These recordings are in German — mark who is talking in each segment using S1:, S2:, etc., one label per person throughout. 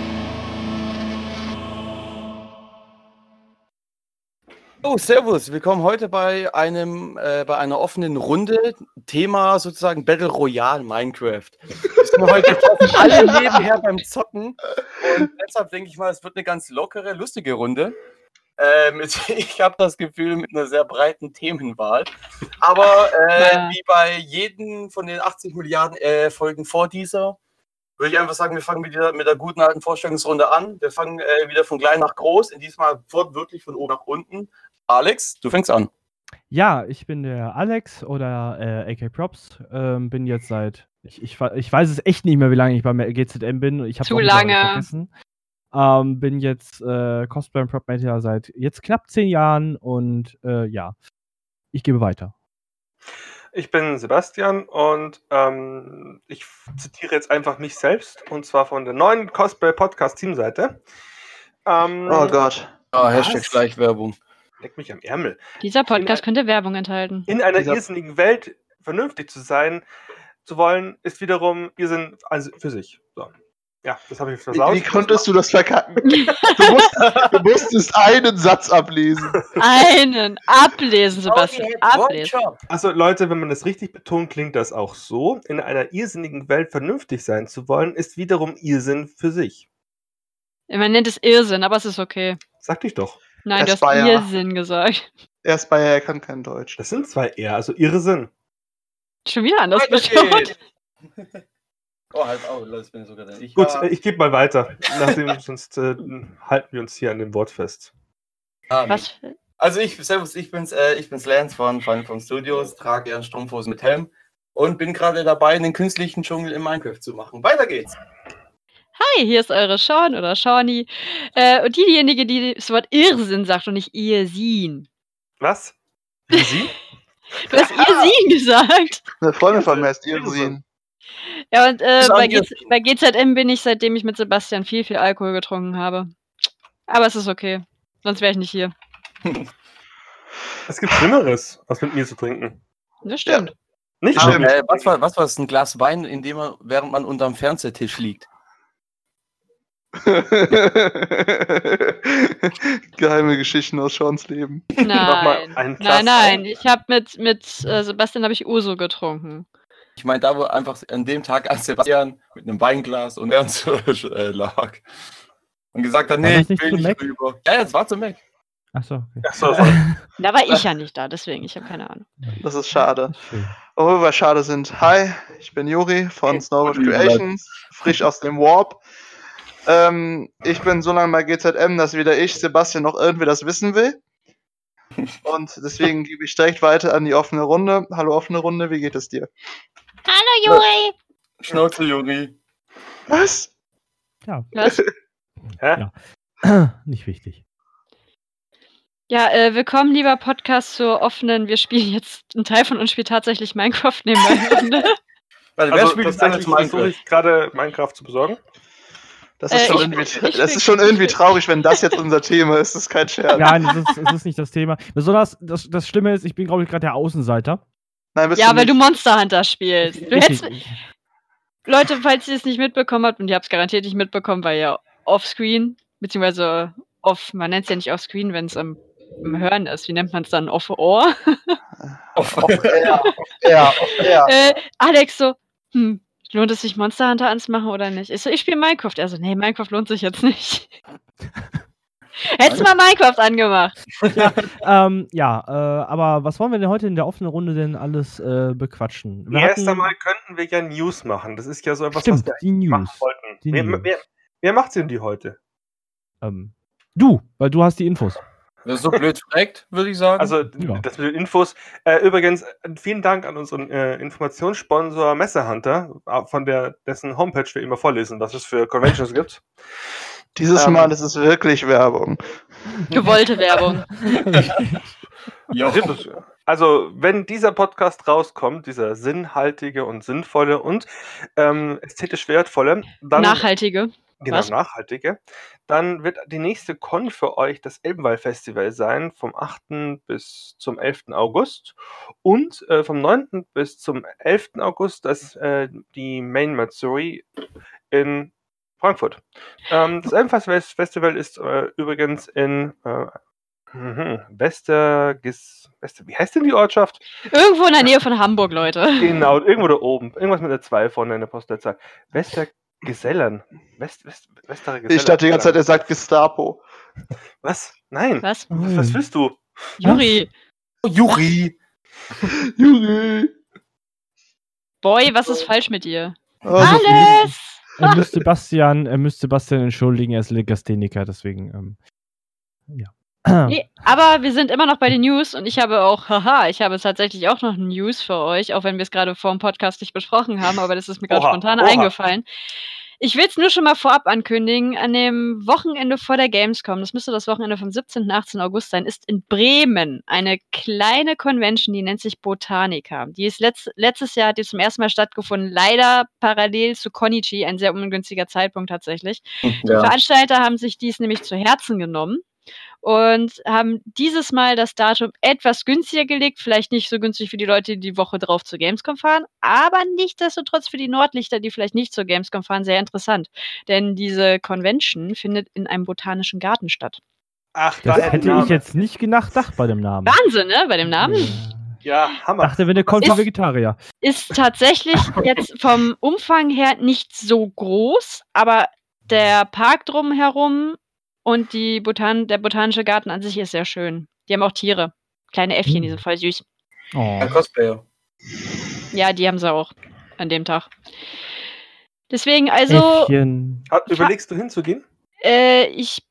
S1: Hallo, Oh, Servus. Willkommen heute bei einem, äh, bei einer offenen Runde. Thema sozusagen Battle Royale Minecraft. Wir sind heute fast alle nebenher beim Zocken. Und deshalb denke ich mal, es wird eine ganz lockere, lustige Runde. Ähm, es- ich habe das Gefühl, mit einer sehr breiten Themenwahl. Aber äh,
S2: Ja.
S1: wie bei jedem von den 80 Milliarden äh, Folgen vor dieser, würde ich einfach sagen, wir fangen mit der, mit der guten alten Vorstellungsrunde an. Wir fangen äh, wieder von klein nach groß. In diesmal wird wirklich von oben nach unten. Alex, du fängst an.
S3: Ja, ich bin der Alex oder äh, AK Props. Ähm, bin jetzt seit. Ich, ich, we- ich weiß es echt nicht mehr, wie lange ich bei mir- GZM bin. Ich habe
S2: Zu lange.
S3: vergessen. Ähm, bin jetzt äh, Cosplay und Prop Manager seit jetzt knapp zehn Jahren und äh, ja, ich gebe weiter.
S4: Ich bin Sebastian und ähm, ich f- zitiere jetzt einfach mich selbst und zwar von der neuen Cosplay Podcast Teamseite. Ähm,
S5: Oh Gott.
S1: Ah,
S4: Hashtag
S1: Schleichwerbung.
S4: Leck mich am Ärmel.
S2: Dieser Podcast
S4: ein-
S2: könnte Werbung enthalten.
S4: In einer
S5: Dieser-
S4: irrsinnigen Welt vernünftig zu sein zu wollen, ist wiederum Irrsinn also für sich. So. Ja, das habe ich
S5: Wie,
S4: versaut.
S5: wie konntest du das verkacken? Du musstest, du musstest einen Satz ablesen.
S2: Einen ablesen, Sebastian. Ablesen.
S4: Also Leute, wenn man das richtig betont, klingt das auch so. In einer irrsinnigen Welt vernünftig sein zu wollen, ist wiederum Irrsinn für sich.
S2: Man nennt es Irrsinn, aber es ist okay.
S4: Sagte ich doch.
S2: Nein, du
S5: Das
S2: hast
S5: war ja-
S2: Irrsinn gesagt.
S5: Erst bei er kann kein Deutsch.
S4: Das sind zwei R, also Irrsinn.
S2: Schon wieder anders
S1: Weiter
S2: betont.
S1: geht's. Oh, halb aus, das bin sogar ich.
S4: Gut,
S1: Ja,
S4: äh, ich gebe mal weiter, nachdem sonst äh, halten wir uns hier an dem Wort fest.
S1: Amen.
S2: Was?
S1: Also ich, servus, ich bin's, äh, ich bin's Lance von Final Fantasy Studios, trage ihren Strumpfhosen mit Helm und bin gerade dabei, einen künstlichen Dschungel in Minecraft zu machen. Weiter geht's.
S2: Hi, hier ist eure Sean oder Shawnee. Äh, und diejenige, die das Wort Irrsinn sagt und nicht Irrsinn.
S4: Was? Wie Sie?
S2: Du hast Irrsinn gesagt.
S5: Eine Freundin von mir heißt Irsin.
S2: Ja, und äh,
S1: Ist auch
S2: bei,
S1: ein
S2: GZ, bei GZM bin ich, seitdem ich mit Sebastian viel, viel Alkohol getrunken habe. Aber es ist okay. Sonst wäre ich nicht hier.
S4: Es gibt Schlimmeres, als mit mir zu trinken.
S2: Das stimmt.
S5: Stimmt.
S4: Nicht
S5: Ja,
S4: schlimm.
S1: Äh, was war was war's? Ein Glas Wein, in dem man, während man unterm Fernsehtisch liegt.
S5: Geheime Geschichten aus Sean's Leben.
S4: Nochmal
S2: Nein.
S4: ein Glas
S2: Nein, nein. Ich habe mit, mit äh, Sebastian habe ich Uso getrunken.
S1: Ich meine, da wo einfach an dem Tag, als Sebastian mit einem Weinglas und Ernst äh, lag und gesagt hat,
S3: War
S1: nee,
S3: das
S1: ich
S3: nicht
S1: will
S3: zu
S1: nicht
S3: Mac?
S1: rüber. Ja, ja, es war zu Mac.
S3: Achso, okay.
S4: Ach so, also, so.
S2: Da war ich ja nicht da, deswegen, ich habe keine Ahnung.
S5: Das ist schade.
S3: Das ist schön.
S5: Obwohl wir schade sind. Hi, ich bin Juri von Snowboard Creations, frisch aus dem Warp. Ähm, ich bin so lange bei GZM, dass weder ich, Sebastian noch irgendwer das wissen will. Und deswegen gebe ich direkt weiter an die offene Runde. Hallo offene Runde, wie geht es dir?
S2: Hallo Juri!
S1: Schnauze, Juri.
S5: Was?
S3: Ja,
S2: Was?
S4: Hä?
S3: nicht wichtig.
S2: Ja, äh, willkommen, lieber Podcast zur offenen. Wir spielen jetzt, ein Teil von uns spielt tatsächlich Minecraft nebeneinander.
S1: Warte, wer
S4: Also,
S1: spielt jetzt
S4: tatsächlich
S1: eigentlich
S4: versuche
S1: Minecraft?
S4: ich gerade Minecraft zu besorgen.
S5: Das ist,
S2: Äh,
S5: schon,
S2: ich-
S5: irgendwie,
S2: ich-
S5: das
S2: ich-
S5: ist schon irgendwie
S2: ich-
S5: traurig, wenn das jetzt unser Thema ist. Das ist kein Scherz.
S3: Nein, es ist, es ist nicht das Thema. Besonders das, das Schlimme ist, ich bin, glaube ich, gerade der Außenseiter.
S5: Nein, bist
S2: ja, weil du
S5: nicht.
S2: Monster Hunter spielst. Du hättest,
S3: Richtig.
S2: Leute, falls ihr es nicht mitbekommen habt, und ihr habt es garantiert nicht mitbekommen, weil ihr offscreen, beziehungsweise off, man nennt es ja nicht offscreen, wenn es am im Hören ist. Wie nennt man es dann? Off Ohr?
S5: Off air, off air, off air.
S2: Äh, Alex so, hm, lohnt es sich Monster Hunter anzumachen oder nicht? Ich so, ich spiele Minecraft. Also, nee, Minecraft lohnt sich jetzt nicht. Hättest mal Minecraft angemacht.
S3: Ähm, ja, äh, aber was wollen wir denn heute in der offenen Runde denn alles äh, bequatschen? Wir
S4: Erst
S3: hatten-
S4: einmal könnten wir ja News machen. Das ist ja so etwas, was
S3: stimmt,
S4: wir
S3: die
S4: eigentlich machen
S3: News.
S4: wollten.
S3: Die
S4: wer,
S3: News.
S4: Wer, wer macht denn die heute?
S3: Ähm, du, weil du hast die Infos.
S1: Wer so blöd fragt, würde ich sagen.
S4: Also, das mit den Infos. Äh, übrigens, äh, vielen Dank an unseren äh, Informationssponsor Messerhunter, äh, von der, dessen Homepage wir immer vorlesen, was es für Conventions gibt.
S5: Dieses
S4: ähm,
S5: Mal ist es wirklich Werbung.
S2: Gewollte Werbung.
S1: Jo.
S4: Stimmt das? Also, wenn dieser Podcast rauskommt, dieser sinnhaltige und sinnvolle und ähm, ästhetisch wertvolle, dann
S2: Nachhaltige.
S4: genau,
S2: was?
S4: nachhaltige, dann wird die nächste Con für euch das Elbenwald-Festival sein, vom 8. bis zum 11. August. Und äh, vom 9. bis zum 11. August das, äh, die Main Matsuri in Frankfurt. Ähm, das Elbenwald-Festival ist äh, übrigens in äh, Mhm. Beste, Gis, beste, wie heißt denn die Ortschaft?
S2: Irgendwo in der Nähe von Hamburg, Leute.
S4: Genau, irgendwo da oben. Irgendwas mit der 2 vorne in der Postleitzahl. Wester Gesellen. West, West, Westere Gesellen.
S5: Ich dachte die ganze Zeit, er sagt Gestapo.
S4: Was? Nein.
S2: Was?
S4: Was, was willst du?
S2: Juri.
S4: Juri.
S5: Juri!
S2: Boy, was ist falsch mit dir?
S5: Also,
S2: Alles!
S3: Er müsste Sebastian, er müsste Sebastian entschuldigen, er ist Legastheniker, deswegen, ähm, ja.
S2: Nee, aber wir sind immer noch bei den News und ich habe auch, haha, ich habe tatsächlich auch noch News für euch, auch wenn wir es gerade vor dem Podcast nicht besprochen haben, aber das ist mir gerade
S4: Oha,
S2: spontan
S4: oha.
S2: eingefallen. Ich will es nur schon mal vorab ankündigen, an dem Wochenende vor der Gamescom, das müsste das Wochenende vom 17. und 18. August sein, ist in Bremen eine kleine Convention, die nennt sich Botanica. Die ist letzt, letztes Jahr, hat die zum ersten Mal stattgefunden, leider parallel zu Konichi, ein sehr ungünstiger Zeitpunkt tatsächlich. Die Veranstalter haben sich dies nämlich zu Herzen genommen und haben dieses Mal das Datum etwas günstiger gelegt. Vielleicht nicht so günstig für die Leute, die die Woche drauf zur Gamescom fahren, aber nichtsdestotrotz für die Nordlichter, die vielleicht nicht zur Gamescom fahren, sehr interessant. Denn diese Convention findet in einem botanischen Garten statt.
S4: Ach,
S3: Das
S4: daher der
S3: hätte
S4: Name.
S3: ich jetzt nicht gedacht dacht bei dem Namen. Äh,
S2: Wahnsinn, ne? Bei dem Namen.
S3: Mhm.
S4: Ja, Hammer.
S3: Dachte, wenn der kommt, ist
S2: Ist-
S3: Vegetarier.
S2: Ist tatsächlich jetzt vom Umfang her nicht so groß, aber der Park drumherum und die Botan der botanische Garten an sich ist sehr schön. Die haben auch Tiere. Kleine Äffchen, die sind voll süß.
S3: Oh.
S1: Ein Cosplayer.
S2: Ja, die haben sie auch an dem Tag. Deswegen, also,
S3: Äffchen.
S4: Hat- Überlegst du hinzugehen?
S2: äh, ich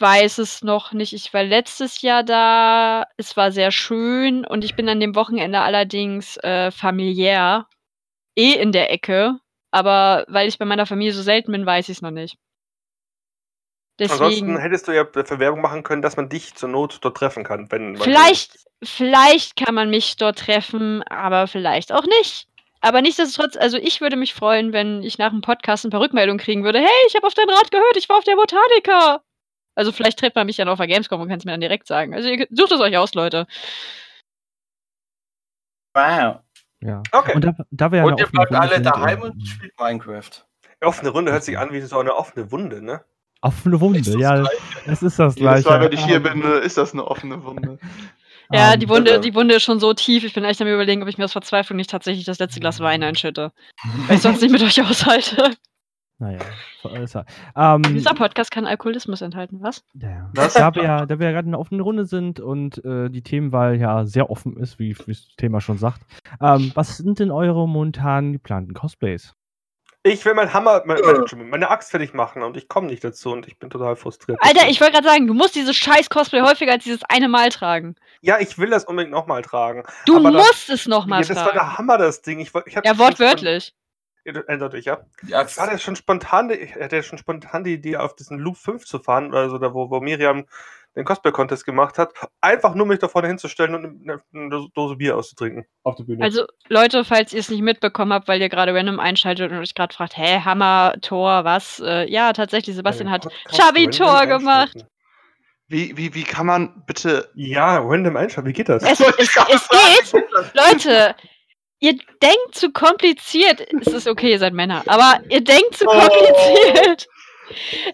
S2: weiß es noch nicht. Ich war letztes Jahr da, es war sehr schön und ich bin an dem Wochenende allerdings äh, familiär eh in der Ecke. Aber weil ich bei meiner Familie so selten bin, weiß ich es noch nicht.
S4: Ansonsten
S2: Deswegen,
S4: hättest du ja dafür Werbung machen können, dass man dich zur Not dort treffen kann. Wenn man-
S2: vielleicht, vielleicht kann man mich dort treffen, aber vielleicht auch nicht. Aber nichtsdestotrotz, also ich würde mich freuen, wenn ich nach dem Podcast ein paar Rückmeldungen kriegen würde. Hey, ich habe auf deinen Rat gehört, ich war auf der Botanica. Also vielleicht trifft man mich dann auf der Gamescom und kann es mir dann direkt sagen. Also ihr sucht es euch aus, Leute.
S1: Wow.
S3: Ja.
S4: Okay.
S3: Und da, da wir ja
S1: Und
S3: eine
S1: ihr
S3: offene
S1: bleibt
S3: Runde
S1: alle
S3: sind,
S1: daheim
S3: äh,
S1: und spielt Minecraft.
S4: offene Runde hört sich an wie so eine offene Wunde, ne?
S3: Offene
S1: Ist
S3: Wunde,
S1: das
S3: ja, es ist das
S5: jedes
S3: gleiche. Ah.
S5: Mal, wenn ich hier bin, äh, ist das eine offene Wunde.
S2: Ja,
S3: Ähm,
S2: die Wunde,
S4: bitte.
S2: die Wunde ist schon so tief. Ich bin echt am überlegen, ob ich mir aus Verzweiflung nicht tatsächlich das letzte Glas Wein einschütte. Weil ich sonst nicht mit euch aushalte.
S3: Naja, so ist er. Ähm,
S2: Dieser Podcast kann Alkoholismus enthalten, was?
S3: Ja.
S5: Was?
S3: Da wir ja, da wir ja gerade in einer offenen Runde sind und äh, die Themenwahl ja sehr offen ist, wie wie das Thema schon sagt, ähm, was sind denn eure momentan geplanten Cosplays?
S4: Ich will meinen Hammer, mein, mein, meine Axt fertig machen und ich komme nicht dazu und ich bin total frustriert.
S2: Alter, ich wollte gerade sagen, du musst dieses scheiß Cosplay häufiger als dieses eine Mal tragen.
S4: Ja, ich will das unbedingt nochmal tragen.
S2: Du
S4: Aber das-
S2: musst es
S4: Ja,
S2: nochmal
S4: das war
S2: tragen.
S4: der Hammer, das Ding. Ich, woll- ich hab
S2: Ja, wortwörtlich.
S4: Ja, du- eindeutig, ja.
S1: Die Axt.
S4: Ich hatte schon spontan, ich hatte ja schon spontan die Idee, auf diesen Loop 5 zu fahren oder so, da wo, wo Miriam den Cosplay-Contest gemacht hat. Einfach nur um mich da vorne hinzustellen und eine, eine Dose- Dose Bier auszutrinken. Auf der Bühne.
S2: Also, Leute, falls ihr es nicht mitbekommen habt, weil ihr gerade random einschaltet und euch gerade fragt, hä, Hammer, Tor, was? Äh, ja, tatsächlich, Sebastian hat. Chubby Tor gemacht.
S5: Wie, wie, wie kann man bitte.
S4: Ja, random einschalten, wie geht das?
S2: Es, es, es geht! Leute, ihr denkt zu kompliziert. Es ist okay, ihr seid Männer, aber ihr denkt
S4: Oh.
S2: zu kompliziert.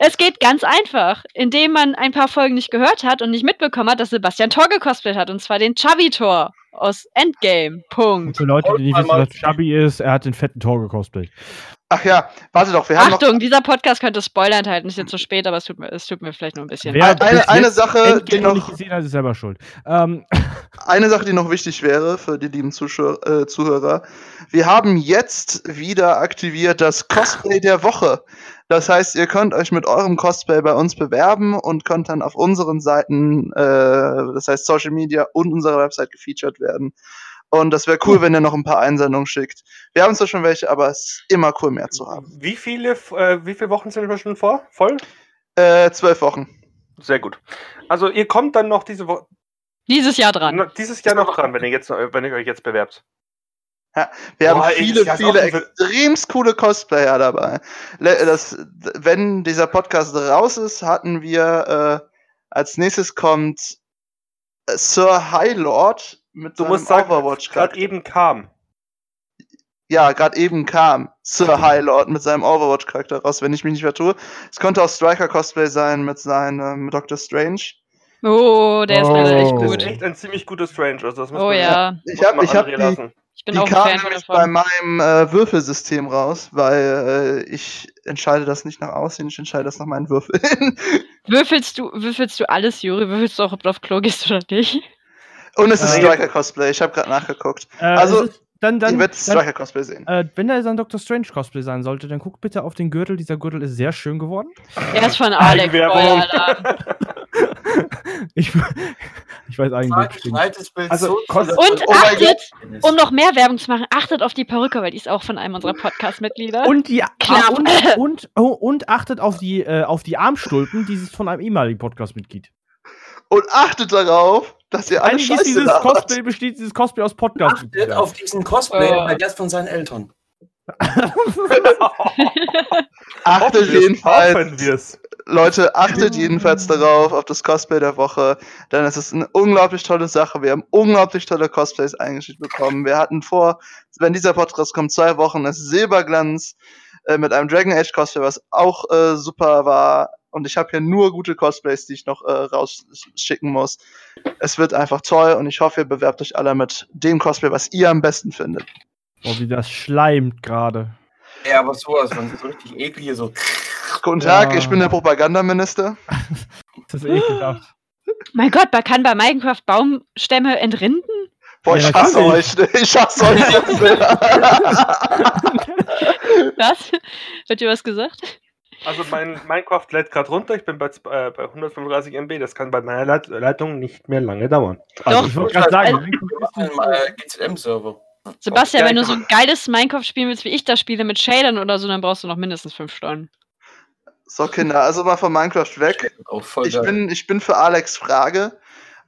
S2: Es geht ganz einfach, indem man ein paar Folgen nicht gehört hat und nicht mitbekommen hat, dass Sebastian Tor gecosplayt hat, und zwar den Chubby Tor aus Endgame.
S3: Und
S2: Punkt.
S3: für Leute, die nicht wissen,
S1: Einmal-
S3: was Chubby ist, er hat den fetten Tor gecosplayt.
S5: Ach ja, warte doch, wir haben noch.
S2: Achtung, dieser Podcast könnte Spoiler enthalten. Ist jetzt zu spät, aber es tut mir, es tut mir vielleicht nur ein bisschen.
S3: Wer
S5: Eine-
S3: bis jetzt
S5: eine Sache,
S3: Endgame
S5: die
S3: noch
S5: noch-
S3: nicht gesehen hat, ist selber schuld. Ähm,
S5: Eine Sache, die noch wichtig wäre für die lieben Zuschauer, äh, Zuhörer. Wir haben jetzt wieder aktiviert das Cosplay der Woche. Das heißt, ihr könnt euch mit eurem Cosplay bei uns bewerben und könnt dann auf unseren Seiten, äh, das heißt Social Media und unserer Website gefeatured werden. Und das wäre cool, wenn ihr noch ein paar Einsendungen schickt. Wir haben zwar schon welche, aber es ist immer cool, mehr zu haben.
S4: Wie viele, äh, wie viele Wochen sind wir schon vor? Voll?
S5: Äh, zwölf Wochen.
S4: Sehr gut. Also ihr kommt dann noch diese Woche,
S2: Dieses Jahr dran.
S4: noch dieses Jahr noch dran, wenn ihr, jetzt, wenn ihr euch jetzt bewerbt.
S5: Wir haben
S4: Boah, ey,
S5: viele,
S4: das Jahr ist
S5: viele
S4: offen für-
S5: extremst coole Cosplayer dabei. Le- Das, wenn dieser Podcast raus ist, hatten wir äh, als nächstes kommt äh, Sir Highlord mit
S4: Du
S5: seinem
S4: musst sagen,
S5: Overwatch
S4: gerade eben kam.
S5: Ja, gerade eben kam Sir Highlord mit seinem Overwatch Charakter raus, wenn ich mich nicht vertue. Es könnte auch Striker Cosplay sein mit seinem Doctor Strange.
S2: Oh, der ist leider echt
S3: Oh.
S4: Das ist
S2: gut.
S4: echt ein ziemlich gutes Strange. Also das muss
S2: Oh
S4: man,
S2: ja,
S5: Ich
S4: muss
S5: habe
S4: man
S5: ich hab
S4: André
S5: die,
S4: lassen.
S2: ich bin
S5: die
S2: auch ein
S5: Karten
S2: Fan
S5: nämlich bei
S2: davon.
S5: meinem äh, Würfelsystem raus, weil äh, ich entscheide das nicht nach Aussehen, ich entscheide das nach meinen Würfeln.
S2: Würfelst du, würfelst du alles, Juri? Würfelst du auch, ob du auf Klo gehst oder nicht?
S5: Und es ist
S4: Äh,
S5: Striker-Cosplay, ich habe gerade nachgeguckt.
S3: Äh,
S5: Also,
S3: es ist- dann,
S5: Ihr
S3: dann,
S5: werdet
S3: dann
S5: Striker-Cosplay sehen.
S3: äh, wenn da jetzt ein Dr. Strange Cosplay sein sollte, dann guckt bitte auf den Gürtel. Dieser Gürtel ist sehr schön geworden.
S2: Er ist von Alex.
S4: Eigenwerbung.
S2: Spoiler-Alarm.
S3: ich, ich weiß eigentlich nicht.
S4: Also, kostet-
S2: Und
S5: Oh mein
S2: achtet, um noch mehr Werbung zu machen, achtet auf die Perücke, weil die ist auch von einem unserer Podcast-Mitglieder.
S3: Und die
S2: Klar.
S3: und, und, oh, und achtet auf die, äh, auf die Armstulpen, dieses von einem ehemaligen Podcast-Mitglied.
S5: Und achtet darauf, dass ihr alle
S3: Eigentlich ist
S5: Scheiße
S3: dieses
S5: labert.
S3: Cosplay, besteht dieses Cosplay aus podcast
S1: Achtet auf diesen Cosplay,
S2: Ja.
S1: weil der ist von seinen Eltern.
S5: Achtet jedenfalls,
S4: Hoffen wir es.
S5: Leute,
S3: Hm.
S5: achtet jedenfalls darauf, auf das Cosplay der Woche, denn es ist eine unglaublich tolle Sache. Wir haben unglaublich tolle Cosplays eingeschickt bekommen. Wir hatten vor, wenn dieser Podcast kommt, zwei Wochen das Silberglanz äh, mit einem Dragon Age Cosplay, was auch äh, super war. Und ich habe hier nur gute Cosplays, die ich noch äh, rausschicken muss. Es wird einfach toll und ich hoffe, ihr bewerbt euch alle mit dem Cosplay, was ihr am besten findet.
S3: Boah, wie das schleimt gerade.
S1: Ja, aber sowas, man ist so richtig eklig hier so.
S5: Guten Tag,
S3: Ja.
S5: ich bin der Propagandaminister.
S3: Das ist ekelhaft.
S2: Mein Gott, man kann bei Minecraft Baumstämme entrinden?
S5: Boah,
S3: Ja,
S5: ich hasse
S3: natürlich.
S5: euch. Ich hasse euch jetzt.
S2: Was? Wird dir was gesagt?
S4: Also mein Minecraft lädt gerade runter, ich bin bei, z- äh, bei 135 MB, das kann bei meiner Leit Leitung nicht mehr lange dauern.
S2: Doch.
S3: Also, ich wollte gerade sagen,
S1: Wir machen einen äh, GZM-Server.
S2: Sebastian,
S4: Ja,
S2: wenn du
S4: ich-
S2: so ein geiles Minecraft spielen willst, wie ich das spiele, mit Shadern oder so, dann brauchst du noch mindestens fünf Stunden.
S5: So, Kinder, also mal von Minecraft weg.
S1: Auch Oh, voll
S5: Ich bin, ich bin für Alex Frage.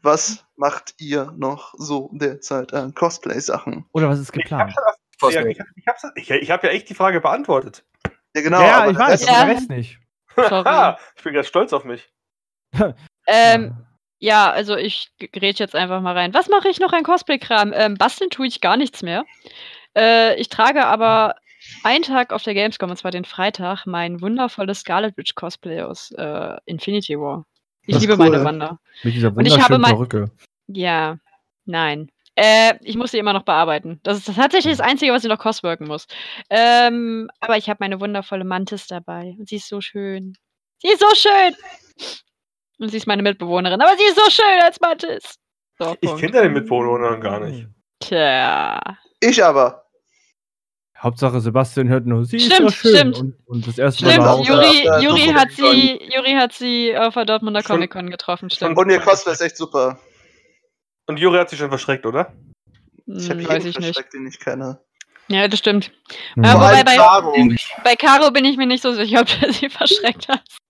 S5: Was macht ihr noch so derzeit an Cosplay-Sachen?
S3: oder was ist
S4: Ich habe
S3: geplant?
S4: ja, ich hab, ich hab's- ich, ich hab ja echt die Frage beantwortet.
S5: Ja, genau.
S3: ja,
S5: aber
S3: ich
S5: der
S3: weiß,
S5: Rest-
S3: aber
S2: Ja.
S3: der Rest nicht.
S2: Sorry.
S4: Haha, ich bin ganz stolz auf mich.
S2: ähm, Ja, also ich rede jetzt einfach mal rein. Was mache ich noch an Cosplay-Kram? Ähm, basteln tue ich gar nichts mehr. Äh, ich trage aber einen Tag auf der Gamescom, und zwar den Freitag, mein wundervolles Scarlet Witch Cosplay aus äh, Infinity War. Ich
S5: Das ist
S2: liebe meine
S5: cool.
S2: Wander.
S3: mit dieser
S2: und ich habe
S3: wunderschönen
S2: mein-
S3: Perücke.
S2: Ja, nein. Äh, ich muss sie immer noch bearbeiten. Das ist tatsächlich das
S5: Mhm.
S2: Einzige, was ich noch cosworken muss. Ähm, aber ich habe meine wundervolle Mantis dabei. Und sie ist so schön. Sie ist so schön! Und sie ist meine Mitbewohnerin. Aber sie ist so schön als Mantis! So,
S4: Ich
S2: Punkt.
S4: kenne deine Mitbewohnerin gar nicht.
S2: Tja.
S5: Ich aber.
S3: Hauptsache Sebastian hört nur, sie ist
S2: Stimmt,
S3: so schön.
S2: stimmt.
S3: Und, und das erste
S2: Stimmt,
S5: Laura,
S3: Mal.
S2: Juri, Juri,
S5: Juri- äh, Juri
S2: hat
S5: Comic-Con.
S2: sie, Juri hat sie auf der Dortmunder
S4: Schon-
S2: Comic-Con getroffen, stimmt.
S5: Und ihr Cosplay ist echt super.
S4: Und Juri hat sich schon verschreckt, oder?
S5: Ich habe
S2: Hm, weiß
S5: jeden
S2: ich nicht.
S5: versteckt, den ich kenne.
S2: Ja, das stimmt.
S3: Hm.
S2: Ja,
S5: Vor
S2: wobei
S5: allem
S2: bei-
S5: Caro.
S2: Bei Caro bin ich mir nicht so sicher, ob du sie verschreckt hast.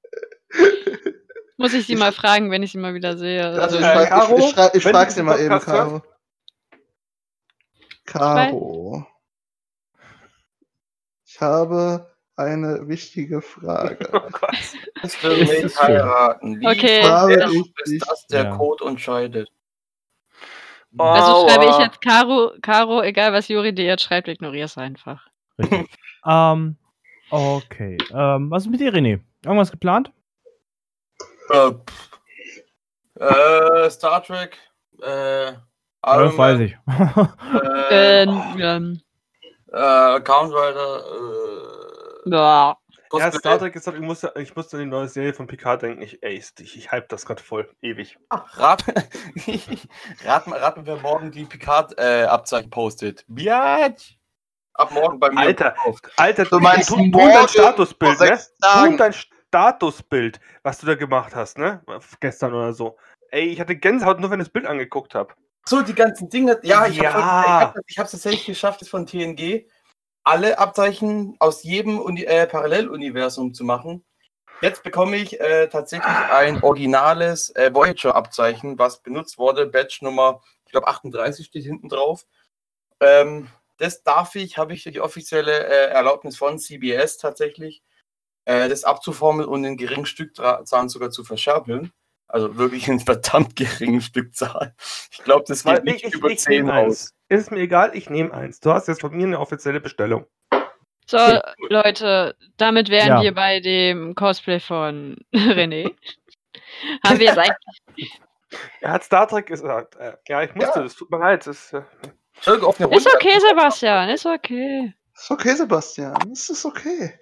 S2: Muss ich sie mal fragen, wenn ich sie mal wieder sehe.
S5: Also
S2: Also,
S5: ich
S4: Äh,
S5: frage
S4: Caro,
S5: ich, ich, frag- ich
S4: wenn
S5: frag's
S4: du
S5: dir
S4: diesen
S5: mal eben,
S4: Podcast
S5: Caro. Caro. Ich habe eine wichtige Frage.
S4: Oh Gott.
S1: Kannst du mich
S3: das schön.
S1: heiraten? Wie
S2: Okay.
S5: Habe
S1: sehr
S5: ich
S1: ist
S5: dich-
S1: das der
S3: Ja.
S1: Code entscheidet?
S4: Oh.
S2: also schreibe ich
S4: Aua.
S2: jetzt Caro, Caro, egal was Juri dir jetzt schreibt, ignorier es einfach.
S3: Ähm, okay. Ähm, was ist mit dir, René? Irgendwas geplant?
S1: Äh, pff. äh, Star Trek. Äh,
S3: Ja,
S1: Iron
S3: das weiß
S1: Man,
S3: ich.
S1: Äh,
S2: Ähm, ähm,
S1: äh, Count Rider. Äh,
S2: ja.
S4: Ja,
S1: Cosplay.
S4: Star Trek ist doch, ich musste, ich musste an die neue Serie von Picard denken. Ich, ey, ich, ich, ich hype das gerade voll. Ewig.
S1: Raten, raten, raten, wer morgen die Picard-Abzeichen postet. Biatch! Ab morgen bei mir.
S4: Alter. Alter,
S5: Du meinst
S4: und, und
S5: morgen
S4: dein
S5: vor
S4: Statusbild, ne?
S5: sechs Tagen.
S4: Und dein Statusbild, was du da gemacht hast, ne? Gestern oder so. Ey, ich hatte Gänsehaut nur, wenn ich das Bild angeguckt habe.
S1: So, die ganzen Dinge. Ja, ich
S4: Ja.
S1: habe es tatsächlich geschafft, es von TNG alle Abzeichen aus jedem Uni äh, Paralleluniversum zu machen. Jetzt bekomme ich äh, tatsächlich ein originales äh, Voyager-Abzeichen, was benutzt wurde. Batch Nummer, ich glaube 38 steht hinten drauf. Ähm, das darf ich, habe ich die offizielle äh, Erlaubnis von CBS tatsächlich, äh, das abzuformeln und in geringen Stückzahlen sogar zu verscherbeln. Also wirklich in verdammt geringen Stückzahl. Ich glaube, das geht nicht über 10
S4: nehm
S1: aus.
S4: eins. Ist mir egal, ich nehme eins. Du hast jetzt von mir eine offizielle Bestellung.
S2: So, Leute, damit wären
S3: Ja.
S2: wir bei dem Cosplay von René. Haben wir jetzt eigentlich.
S4: Er hat Star Trek gesagt. Äh, ja, ich musste,
S1: Ja.
S4: das tut mir leid. Das, äh,
S1: Irgendeine offene Runde.
S2: Ist okay, Sebastian, ist okay.
S5: Ist okay, Sebastian. Es ist okay.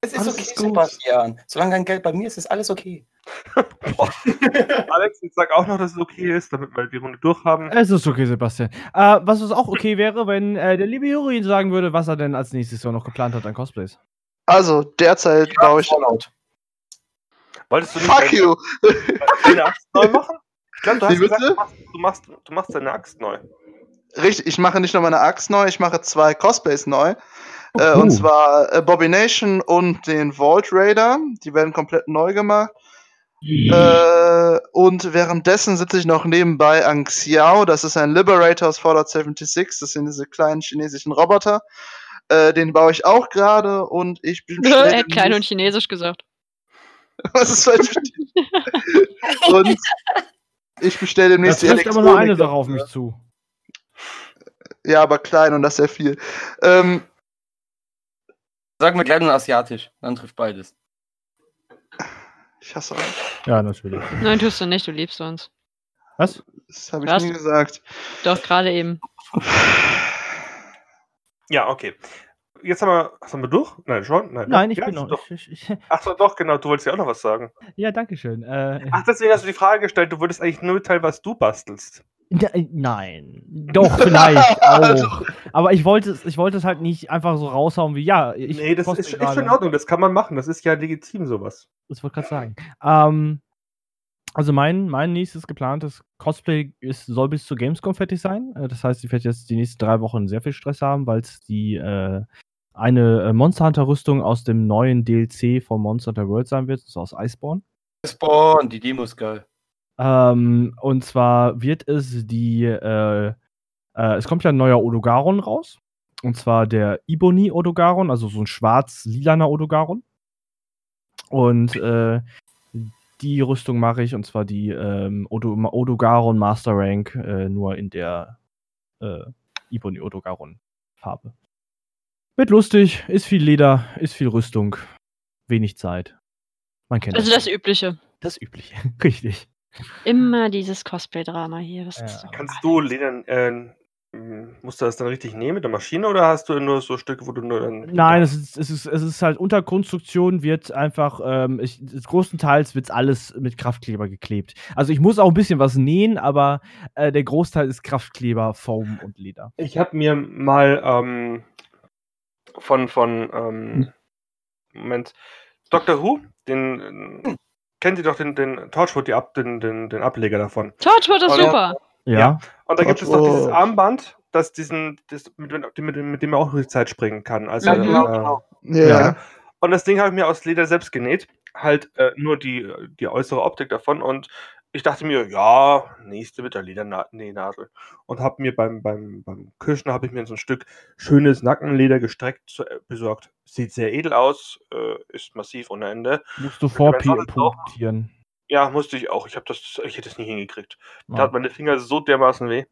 S1: Es ist
S5: Alles
S1: okay,
S5: ist gut.
S1: Sebastian. Solange dein Geld bei mir ist, ist alles okay.
S4: Alex, jetzt sag auch noch, dass es okay ist, damit wir die Runde durchhaben.
S3: Es ist okay, Sebastian. Äh, was es auch okay wäre, wenn äh, der liebe Juri sagen würde, was er denn als nächstes Jahr noch geplant hat an Cosplays.
S5: Also, derzeit baue ich.
S1: Fallout.
S4: Wolltest du nicht
S5: Fuck you!
S4: deine Axt neu machen? Ich glaube, du
S5: Wie
S4: hast gesagt,
S5: bitte?
S4: du machst, du, machst, du machst deine Axt neu.
S5: Richtig, ich mache nicht nur meine Axt neu, ich mache zwei Cosplays neu. Äh,
S3: cool.
S5: Und zwar Abomination und den Vault Raider. Die werden komplett neu gemacht.
S3: Hm.
S5: Äh, und währenddessen sitze ich noch nebenbei an Xiao. Das ist ein Liberator aus Fallout 76. Das sind diese kleinen chinesischen Roboter. Äh, den baue ich auch gerade und ich bin
S2: er hat Äh, klein und chinesisch gesagt.
S5: Was ist falsch mit dir? Und ich bestelle
S3: Da
S5: demnächst die
S3: trifft aber nur eine
S5: Elektronik.
S3: Sache
S4: ne?
S3: auf mich zu.
S5: Ja, aber klein und das sehr viel. Ähm,
S1: Sagen wir klein und asiatisch. Dann trifft beides.
S5: ich hasse euch.
S3: Ja, natürlich.
S2: Nein, tust du nicht, du liebst uns.
S3: Was?
S5: Das habe
S2: Was?
S5: ich nie gesagt.
S2: Doch, gerade eben.
S4: Ja, okay. Jetzt haben wir, sind wir durch? Nein, schon? Nein,
S3: Nein, ich
S4: ja,
S3: bin
S4: ist
S3: noch.
S4: Doch.
S3: Ich, ich, ich,
S4: Ach so, doch, genau, du wolltest ja auch noch was sagen.
S3: ja, danke schön. Äh,
S4: Ach, deswegen hast du die Frage gestellt, du würdest eigentlich nur mitteilen, was du bastelst.
S3: n- äh, nein. Doch, vielleicht
S4: Also-
S3: auch. Aber ich wollte, es, ich wollte es halt nicht einfach so raushauen wie, ja, ich.
S4: nee, das
S3: poste
S4: ist, ist
S3: gerade.
S4: schon in Ordnung, das kann man machen, das ist ja legitim, sowas.
S3: Das wollte ich gerade sagen. Ähm, also mein, mein nächstes geplantes Cosplay ist, soll bis zur Gamescom fertig sein. Äh, Das heißt, ich werde jetzt die nächsten drei Wochen sehr viel Stress haben, weil es die äh, eine äh, Monster Hunter Rüstung aus dem neuen DLC von Monster Hunter World sein wird, das ist aus Iceborne.
S1: Spawn, die Demo ist geil.
S3: Ähm, und zwar wird es die, äh, äh, es kommt ja ein neuer Odogaron raus. Und zwar der Iboni Odogaron, also so ein schwarz-lilaner Odogaron. Und äh, die Rüstung mache ich, und zwar die ähm, Odo Odogaron Master Rank, äh, nur in der äh, Iboni Odogaron Farbe. Wird lustig, ist viel Leder, ist viel Rüstung, wenig Zeit. Man kennt
S2: Also das Übliche.
S3: das Übliche. Richtig.
S2: Immer dieses Cosplay-Drama hier. Was
S3: Ja.
S2: ist
S4: Kannst du, Lena, äh, m, musst du das dann richtig nehmen mit der Maschine oder hast du nur so Stücke, wo du nur dann.
S3: Nein, es ist, es ist, es ist halt unter Konstruktion wird einfach, ähm, ich, es- großenteils wird alles mit Kraftkleber geklebt. Also ich muss auch ein bisschen was nähen, aber äh, der Großteil ist Kraftkleber, Foam und Leder.
S4: Ich habe mir mal ähm, von, von ähm,
S3: Hm.
S4: Moment, Doctor Who, den äh, kennt ihr doch den, den Torchwood, die Ab, den, den, den Ableger davon.
S2: Torchwood ist
S4: Oder-
S2: super.
S4: Ja. Und da gibt es doch dieses
S5: Torchwood.
S4: Armband, das diesen, das, mit, mit, mit, mit dem er auch durch die Zeit springen kann. Also,
S1: Ja, genau,
S4: äh,
S1: genau.
S5: Ja.
S3: Ja.
S4: Und das Ding habe ich mir aus Leder selbst genäht. Halt äh, nur die, die äußere Optik davon. Und ich dachte mir, ja, nächste mit der Ledernähnadel. Und habe mir beim, beim, beim Kirschen habe ich mir so ein Stück schönes Nackenleder gestreckt zu, äh, besorgt. Sieht sehr edel aus, äh, ist massiv ohne Ende.
S3: Musst du
S4: Ja, wenn alles drauf-
S3: vorpunktieren.
S4: Ja, musste ich auch. Ich, hab das, ich hätte es nie hingekriegt. Da
S3: Ja.
S4: hat meine Finger so dermaßen weh.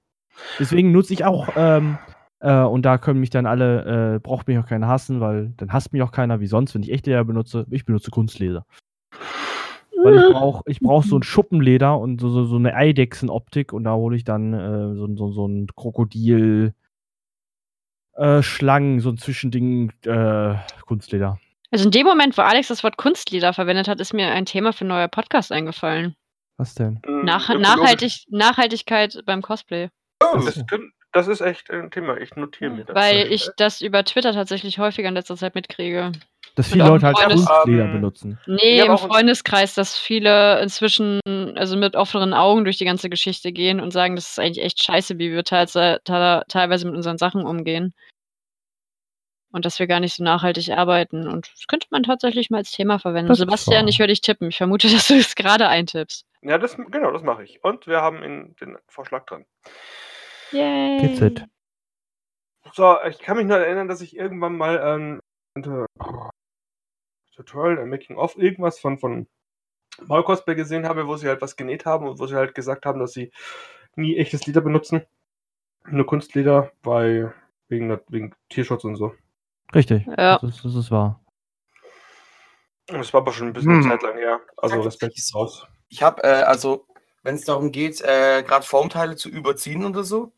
S3: Deswegen nutze ich auch, ähm, äh, und da können mich dann alle, äh, braucht mich auch keiner hassen, weil dann hasst mich auch keiner wie sonst, wenn ich echt Leder benutze. Ich benutze Kunstleder. Weil ich brauche ich brauch so ein Schuppenleder und so, so, so eine Eidechsenoptik und da hole ich dann äh, so, ein- so, so ein Krokodil. Äh, Schlangen, so ein Zwischending, äh, Kunstleder.
S2: Also in dem Moment, wo Alex das Wort Kunstlieder verwendet hat, ist mir ein Thema für einen neuen Podcast eingefallen.
S3: Was denn?
S2: Nach
S4: Mm,
S2: Nachhaltig Nachhaltigkeit beim Cosplay.
S4: Das, könnt- das ist echt ein Thema. Ich notiere mir das.
S2: Hm, Weil ich das über Twitter tatsächlich häufiger in letzter Zeit mitkriege.
S3: Dass
S2: Und
S3: viele
S2: auch
S3: Leute halt
S2: Freundes-
S3: Kunstleder
S4: Ähm,
S3: benutzen.
S2: Nee,
S4: Ja, aber
S2: im
S4: auch-
S2: Freundeskreis, dass viele inzwischen also mit offenen Augen durch die ganze Geschichte gehen und sagen, das ist eigentlich echt scheiße, wie wir teils- te- teilweise mit unseren Sachen umgehen. Und dass wir gar nicht so nachhaltig arbeiten. Und das könnte man tatsächlich mal als Thema verwenden.
S3: Das ist
S2: Sebastian,
S3: wahr.
S2: ich höre dich tippen. Ich vermute, dass du es gerade eintippst.
S4: Ja, das, genau, das mache ich. Und wir haben in, den Vorschlag drin.
S2: Yay.
S3: That's it.
S4: So, ich kann mich nur erinnern, dass ich irgendwann mal ähm, ein Tutorial, ein Making-of, irgendwas von, von Paul Cosplay gesehen habe, wo sie halt was genäht haben und wo sie halt gesagt haben, dass sie nie echtes Leder benutzen. Nur Kunstleder, weil wegen, der- wegen Tierschutz und so.
S3: Richtig.
S2: Ja.
S3: Das, ist- das ist wahr.
S4: Und Das war aber schon ein bisschen eine
S5: Hm.
S4: Zeit lang her. Also
S1: Sag,
S4: Respekt
S1: ich-
S4: raus.
S1: Ich habe äh, also wenn es darum geht, äh, gerade Formteile zu überziehen oder so.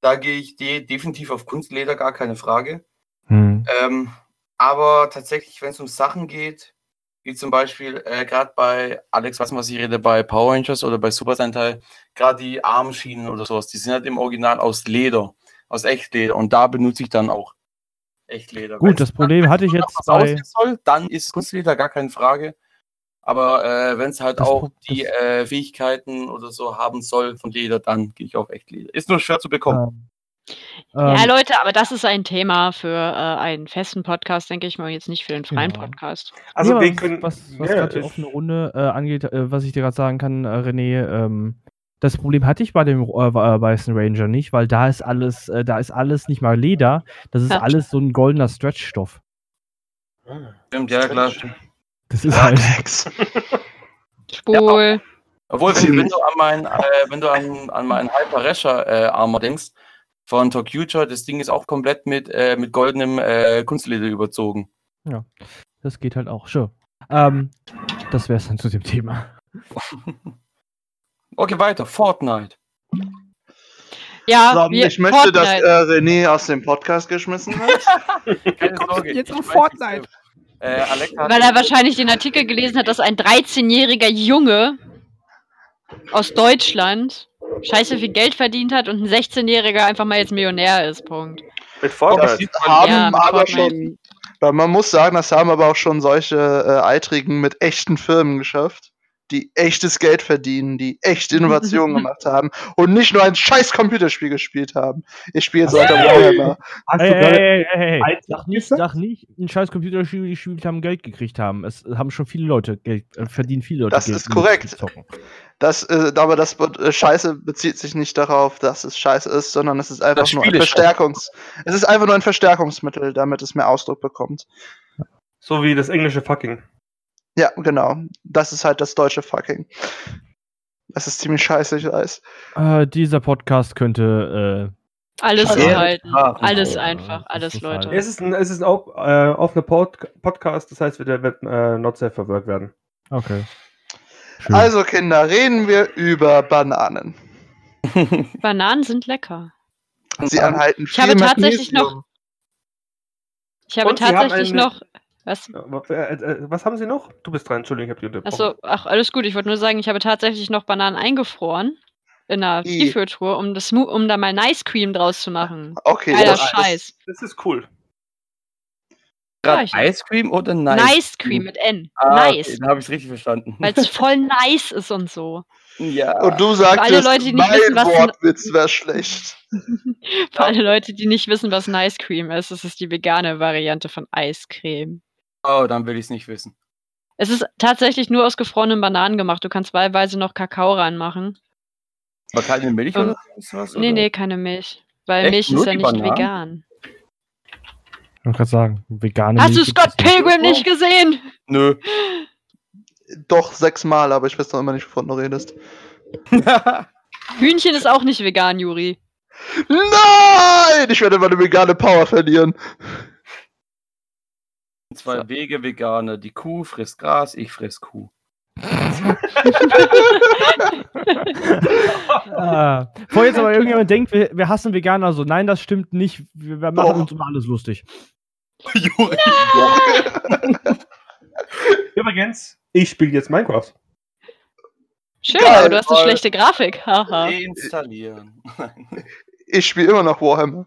S1: Da gehe ich de definitiv auf Kunstleder, gar keine Frage.
S3: Hm.
S1: Ähm, aber tatsächlich, wenn es um Sachen geht, wie zum Beispiel äh, gerade bei Alex, was was ich rede, bei Power Rangers oder bei Super Sentai, gerade die Armschienen oder sowas, die sind halt im Original aus Leder, aus Echtleder. Und da benutze ich dann auch Echtleder.
S3: Gut,
S1: Wenn's
S3: das
S1: dann-
S3: Problem hatte ich
S1: wenn
S3: jetzt
S1: was
S3: bei.
S1: aussehen soll, dann ist Kunstleder gar keine Frage. Aber äh, wenn es halt
S3: Das
S1: auch
S3: Pro-
S1: die
S3: das-
S1: äh, Fähigkeiten oder so haben soll von Leder, dann gehe ich auf echt Leder. Ist nur schwer zu bekommen.
S2: ja,
S3: ähm,
S2: Leute, aber das ist ein Thema für äh, einen festen Podcast, denke ich mal, jetzt nicht für den freien
S3: Ja.
S2: Podcast.
S4: Also
S3: ja,
S4: wir
S3: was-
S4: können.
S3: Was, was
S4: ja,
S3: gerade die
S4: ich-
S3: offene Runde äh, angeht, äh, was ich dir gerade sagen kann, äh, René, ähm, das Problem hatte ich bei dem äh, äh, Weißen Ranger nicht, weil da ist alles, äh, da ist alles nicht mal Leder, das ist
S2: Ja.
S3: alles so ein goldener Stretchstoff.
S1: Stimmt, ja klar.
S3: Das ist halt.
S5: Latex.
S2: Spul.
S1: Obwohl, wenn,
S5: Ziemlich.
S1: wenn du an meinen, äh, wenn du an, an meinen Hyper Rasher äh, Armor denkst, von Tokuture, das Ding ist auch komplett mit, äh, mit goldenem äh, Kunstleder überzogen.
S3: Das geht halt auch. Sure. Ähm, das wäre es dann zu dem Thema.
S1: Okay, weiter. Fortnite.
S2: Ja,
S5: So,
S2: wir-
S5: ich möchte, dass
S2: Fortnite.
S5: äh, René aus dem Podcast geschmissen wird.
S1: Keine
S6: kommst
S1: Sorge,
S6: jetzt
S3: um
S6: auf
S1: ich weiß nicht
S6: Fortnite.
S1: selber. Äh, Alexa hat-
S2: Weil er wahrscheinlich den Artikel gelesen hat, dass ein 13-jähriger Junge aus Deutschland scheiße viel Geld verdient hat und ein 16-jähriger einfach mal jetzt Millionär ist. Punkt.
S4: Mit
S5: das
S4: Fortnite.
S5: haben
S2: ja, mit
S5: aber
S2: Fortnite.
S5: schon. Weil man muss sagen, das haben aber auch schon solche äh, Eitrigen mit echten Firmen geschafft, die echtes Geld verdienen, die echte Innovationen gemacht haben und nicht nur ein scheiß Computerspiel gespielt haben. Ich spiele jetzt weiter Warhammer.
S6: Hast
S3: Ey,
S6: du gerade
S3: ey, ey, ey, ey.
S6: Eitrag
S3: Sag nicht,
S6: gesagt?
S3: sag nicht, ein scheiß Computerspiel gespielt haben, Geld gekriegt haben. Es äh, haben schon viele Leute Geld, äh, verdienen viele Leute
S5: Das
S3: Geld.
S5: ist
S3: mit
S5: korrekt.
S3: Zocken.
S5: Das, äh, aber das Wort äh, Scheiße bezieht sich nicht darauf, dass es scheiße ist, sondern es ist einfach
S1: Das
S5: nur ein
S1: Spiel ist
S5: Verstärkungs. Es ist einfach nur ein Verstärkungsmittel, damit es mehr Ausdruck bekommt.
S4: So wie das englische Fucking.
S5: Ja, genau. Das ist halt das deutsche Fucking. Das ist ziemlich scheiße, ich weiß.
S3: Äh, dieser Podcast könnte. äh,
S2: Alles
S5: Scheiße.
S2: enthalten.
S1: Ja.
S2: halt Alles
S3: Ja,
S2: einfach.
S3: das
S2: Alles,
S3: ist
S2: Leute.
S3: halt-
S4: Es ist ein, es ist ein auf, äh, offener Pod Podcast, das heißt, wir werden äh, not safe for work werden.
S3: Äh, okay. Schön.
S5: Also, Kinder, reden wir über Bananen.
S2: Bananen sind lecker.
S5: Sie enthalten
S2: Ich habe
S5: viel
S2: tatsächlich
S5: Magnesium.
S2: Ich habe
S4: Und sie haben
S2: tatsächlich
S4: eine-
S2: noch. Was?
S4: Äh, äh, äh, Was haben Sie noch? Du bist dran, Entschuldigung, ich habe die unterbrochen.
S2: Achso, ach, alles gut. Ich wollte nur sagen, ich habe tatsächlich noch Bananen eingefroren in einer
S5: I.
S2: Tiefkühltruhe, um, das Smo- um da mal Nice Cream draus zu machen.
S5: Okay,
S2: Geiler
S5: das ist-
S2: Scheiß.
S4: Das ist cool.
S1: Gerade
S2: Ja, ich-
S1: Ice Cream oder Nice?
S2: Nice, Cream mit N.
S1: Ah, okay,
S2: nice.
S1: Dann habe ich es richtig verstanden.
S2: Weil es voll nice ist und so.
S1: ja.
S5: Und du sagst,
S2: alle Leute, die nicht
S5: mein
S2: wissen, was-
S5: Wortwitz wäre schlecht.
S2: Für alle Leute, die nicht wissen, was Nice Cream ist, es ist die vegane Variante von Eiscreme.
S1: oh, dann will ich es nicht wissen.
S2: Es ist tatsächlich nur aus gefrorenen Bananen gemacht. Du kannst wahlweise noch Kakao reinmachen.
S1: Aber keine Milch
S2: Ähm,
S1: oder sowas?
S2: Nee,
S1: oder?
S2: nee, keine Milch. Weil
S1: Echt?
S2: Milch
S1: Nur
S2: ist ja
S1: die
S2: nicht
S1: Bananen?
S2: vegan.
S3: Ich wollte gerade sagen, vegane
S2: Hast du
S3: Milch
S2: Scott
S3: gibt's nicht.
S2: Pilgrim nicht gesehen?
S1: Nö.
S5: Doch sechsmal, aber ich weiß noch immer nicht, wovon du redest.
S2: Hühnchen ist auch nicht vegan, Juri.
S5: Nein! Ich werde meine vegane Power verlieren.
S1: Zwei Wege Veganer. Die Kuh frisst Gras, ich friss Kuh.
S3: Ah, bevor jetzt aber irgendjemand denkt, wir, wir hassen Veganer so. Nein, das stimmt nicht. Wir, wir machen
S5: Doch.
S3: uns über alles lustig.
S1: Juri.
S4: Übrigens, ich spiele jetzt Minecraft.
S2: Schön,
S5: Geil,
S2: aber du hast eine
S5: voll.
S2: schlechte Grafik. Haha.
S1: Installieren.
S5: Ich spiele immer noch Warhammer.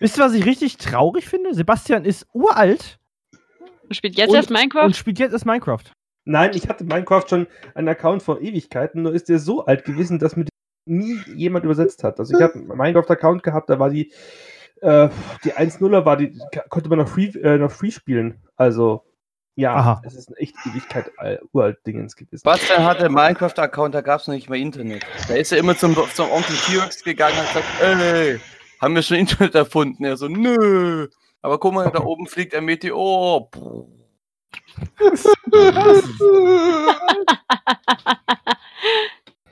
S3: Wisst ihr, was ich richtig traurig finde? Sebastian ist uralt
S2: Du spielst jetzt
S3: Und-
S2: erst Minecraft?
S3: und spielt jetzt erst Minecraft.
S4: Nein, ich hatte Minecraft schon einen Account vor Ewigkeiten, nur ist der so alt gewesen, dass mir die nie jemand übersetzt hat. Also ich habe einen Minecraft-Account gehabt, da war die, äh, die 1.0er war die, konnte man noch free, äh, noch free spielen. Also, ja,
S3: Aha.
S4: es ist eine echt Ewigkeit äh, uralt Dingens gewesen.
S1: Bastian hatte Minecraft-Account, da gab es noch nicht mal Internet. Da ist er immer zum, zum Onkel T-Rex gegangen und hat gesagt, ey, haben wir schon Internet erfunden? Er so, nö. Aber guck mal, da oben fliegt ein Meteor. Puh.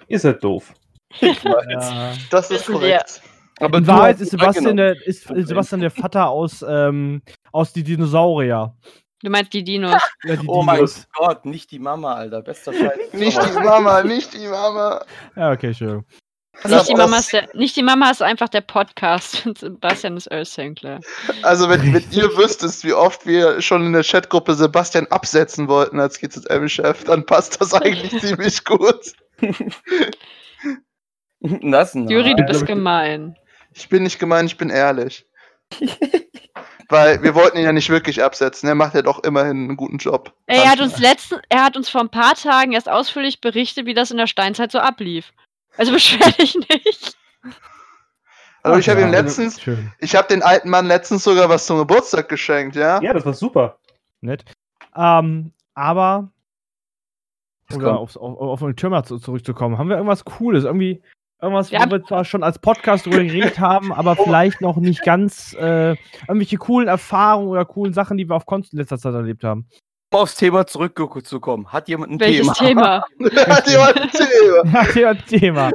S4: Ihr seid halt doof.
S3: Ja.
S5: Das ist
S2: Wissen
S5: korrekt.
S1: Aber
S3: In
S1: du
S3: Wahrheit
S1: hast
S3: ist
S1: es
S3: Sebastian,
S1: angenommen.
S3: der, ist Sebastian der Vater aus, ähm, aus die Dinosaurier.
S2: Du meinst die Dinos.
S3: Ja, die
S1: Oh mein
S3: Dinos.
S1: Gott, nicht die Mama, Alter. Bester Scheiß.
S5: Nicht die Mama, nicht die Mama.
S3: Ja, okay, schön.
S2: nicht, die
S5: Das-
S2: Mama ist der, nicht die Mama ist einfach der Podcast und Sebastian ist Earl Sinclair.
S5: Also, wenn, wenn ihr wüsstest, wie oft wir schon in der Chatgruppe Sebastian absetzen wollten als GZM-Chef, dann passt das eigentlich ziemlich gut.
S1: Nassen.
S2: Juri, du
S3: Ja, glaub
S2: bist
S3: ich-
S2: gemein.
S5: Ich bin nicht gemein, ich bin ehrlich. Weil wir wollten ihn ja nicht wirklich absetzen. Er macht ja doch immerhin einen guten Job.
S2: Er hat uns letzten, er hat uns vor ein paar Tagen erst ausführlich berichtet, wie das in der Steinzeit so ablief. Also beschwer dich nicht.
S5: Also ich habe
S3: Ja,
S5: ihm letztens,
S3: Schön.
S5: ich habe den alten Mann letztens sogar was zum Geburtstag geschenkt, ja?
S6: Ja, das war super.
S3: Nett. Ähm, aber.
S1: Das
S3: Oder
S1: kommt.
S3: aufs, auf, auf den Türmer zu, zurückzukommen. Haben wir irgendwas Cooles? Irgendwie, irgendwas,
S2: Ja. Oh.
S3: wo wir zwar schon als Podcast drüber geredet haben, aber vielleicht noch nicht ganz äh, irgendwelche coolen Erfahrungen oder coolen Sachen, die wir auf Konst in letzter Zeit erlebt haben.
S1: Um aufs Thema zurückzukommen. Hat jemand ein
S2: Welches
S1: Thema?
S2: Thema?
S5: Hat jemand ein Thema?
S3: Ja, Thema- Thema.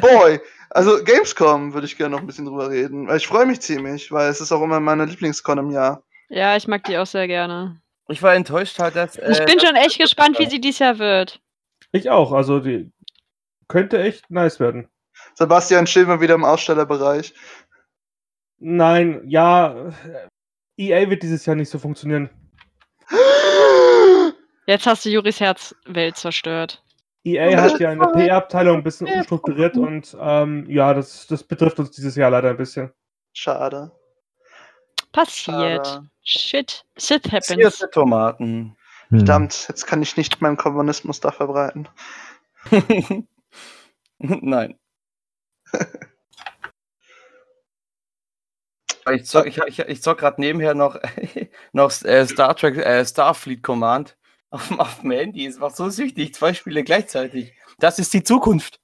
S5: Boy. Also Gamescom würde ich gerne noch ein bisschen drüber reden. Weil ich freue mich ziemlich, weil es ist auch immer meine Lieblingscon im Jahr.
S2: Ja, ich mag die auch sehr gerne.
S1: Ich war enttäuscht halt, dass.
S2: Ich bin schon echt gespannt, wie sie dieses Jahr wird.
S6: Ich auch. Also, die könnte echt nice werden.
S5: Sebastian, stehen wir wieder im Ausstellerbereich.
S6: Nein, ja. äh, EA wird dieses Jahr nicht so funktionieren.
S2: Jetzt hast du Juris Herzwelt zerstört.
S6: EA E hat ja eine PR-Abteilung ein bisschen umstrukturiert und ähm, ja, das, das betrifft uns dieses Jahr leider ein bisschen.
S5: Schade.
S2: Passiert.
S5: Schade.
S2: Shit. Shit
S1: Hier
S2: happens.
S1: sind Tomaten.
S3: Hm.
S5: Verdammt, jetzt kann ich nicht meinen Kommunismus da verbreiten.
S1: Nein. Ich zock, ich, ich, ich zock gerade nebenher noch, noch äh, Star Trek, äh, Starfleet Command auf, dem- auf dem Handy. Es macht so süchtig, zwei Spiele gleichzeitig. Das ist die Zukunft.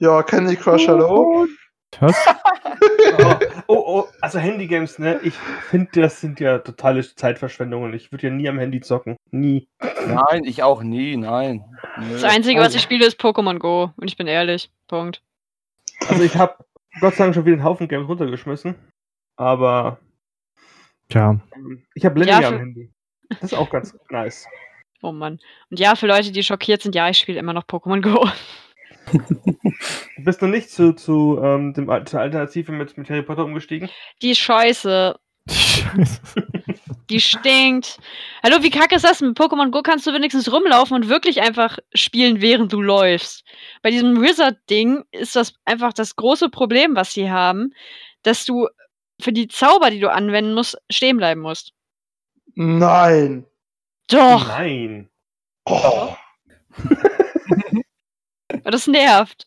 S5: Ja, Candy Crush, hallo?
S3: Hörst,
S6: Oh, oh, oh, also Handygames, ne? Ich finde, das sind ja totale Zeitverschwendungen. Ich würde ja nie am Handy zocken. Nie.
S1: Nein, ich auch nie, nein. Nö.
S2: Das Einzige, was ich spiele, ist Pokémon Go. Und ich bin ehrlich. Punkt.
S6: Also ich habe Gott sei Dank schon wieder einen Haufen Games runtergeschmissen. Aber
S3: tja.
S6: ähm, ich habe Lenny
S2: Ja,
S6: am
S2: für-
S6: Handy. Das ist auch ganz nice.
S2: Oh Mann. Und ja, für Leute, die schockiert sind, ja, ich spiele immer noch Pokémon Go.
S6: Du bist noch nicht zu, zu ähm, dem, Al- zur Alternative mit, mit Harry Potter umgestiegen?
S2: Die Scheiße. Die stinkt. Hallo, wie kacke ist das? Mit Pokémon Go kannst du wenigstens rumlaufen und wirklich einfach spielen, während du läufst. Bei diesem Wizard-Ding ist das einfach das große Problem, was sie haben, dass du für die Zauber, die du anwenden musst, stehen bleiben musst.
S5: Nein.
S2: Doch,
S6: Nein.
S5: Oh.
S2: das nervt.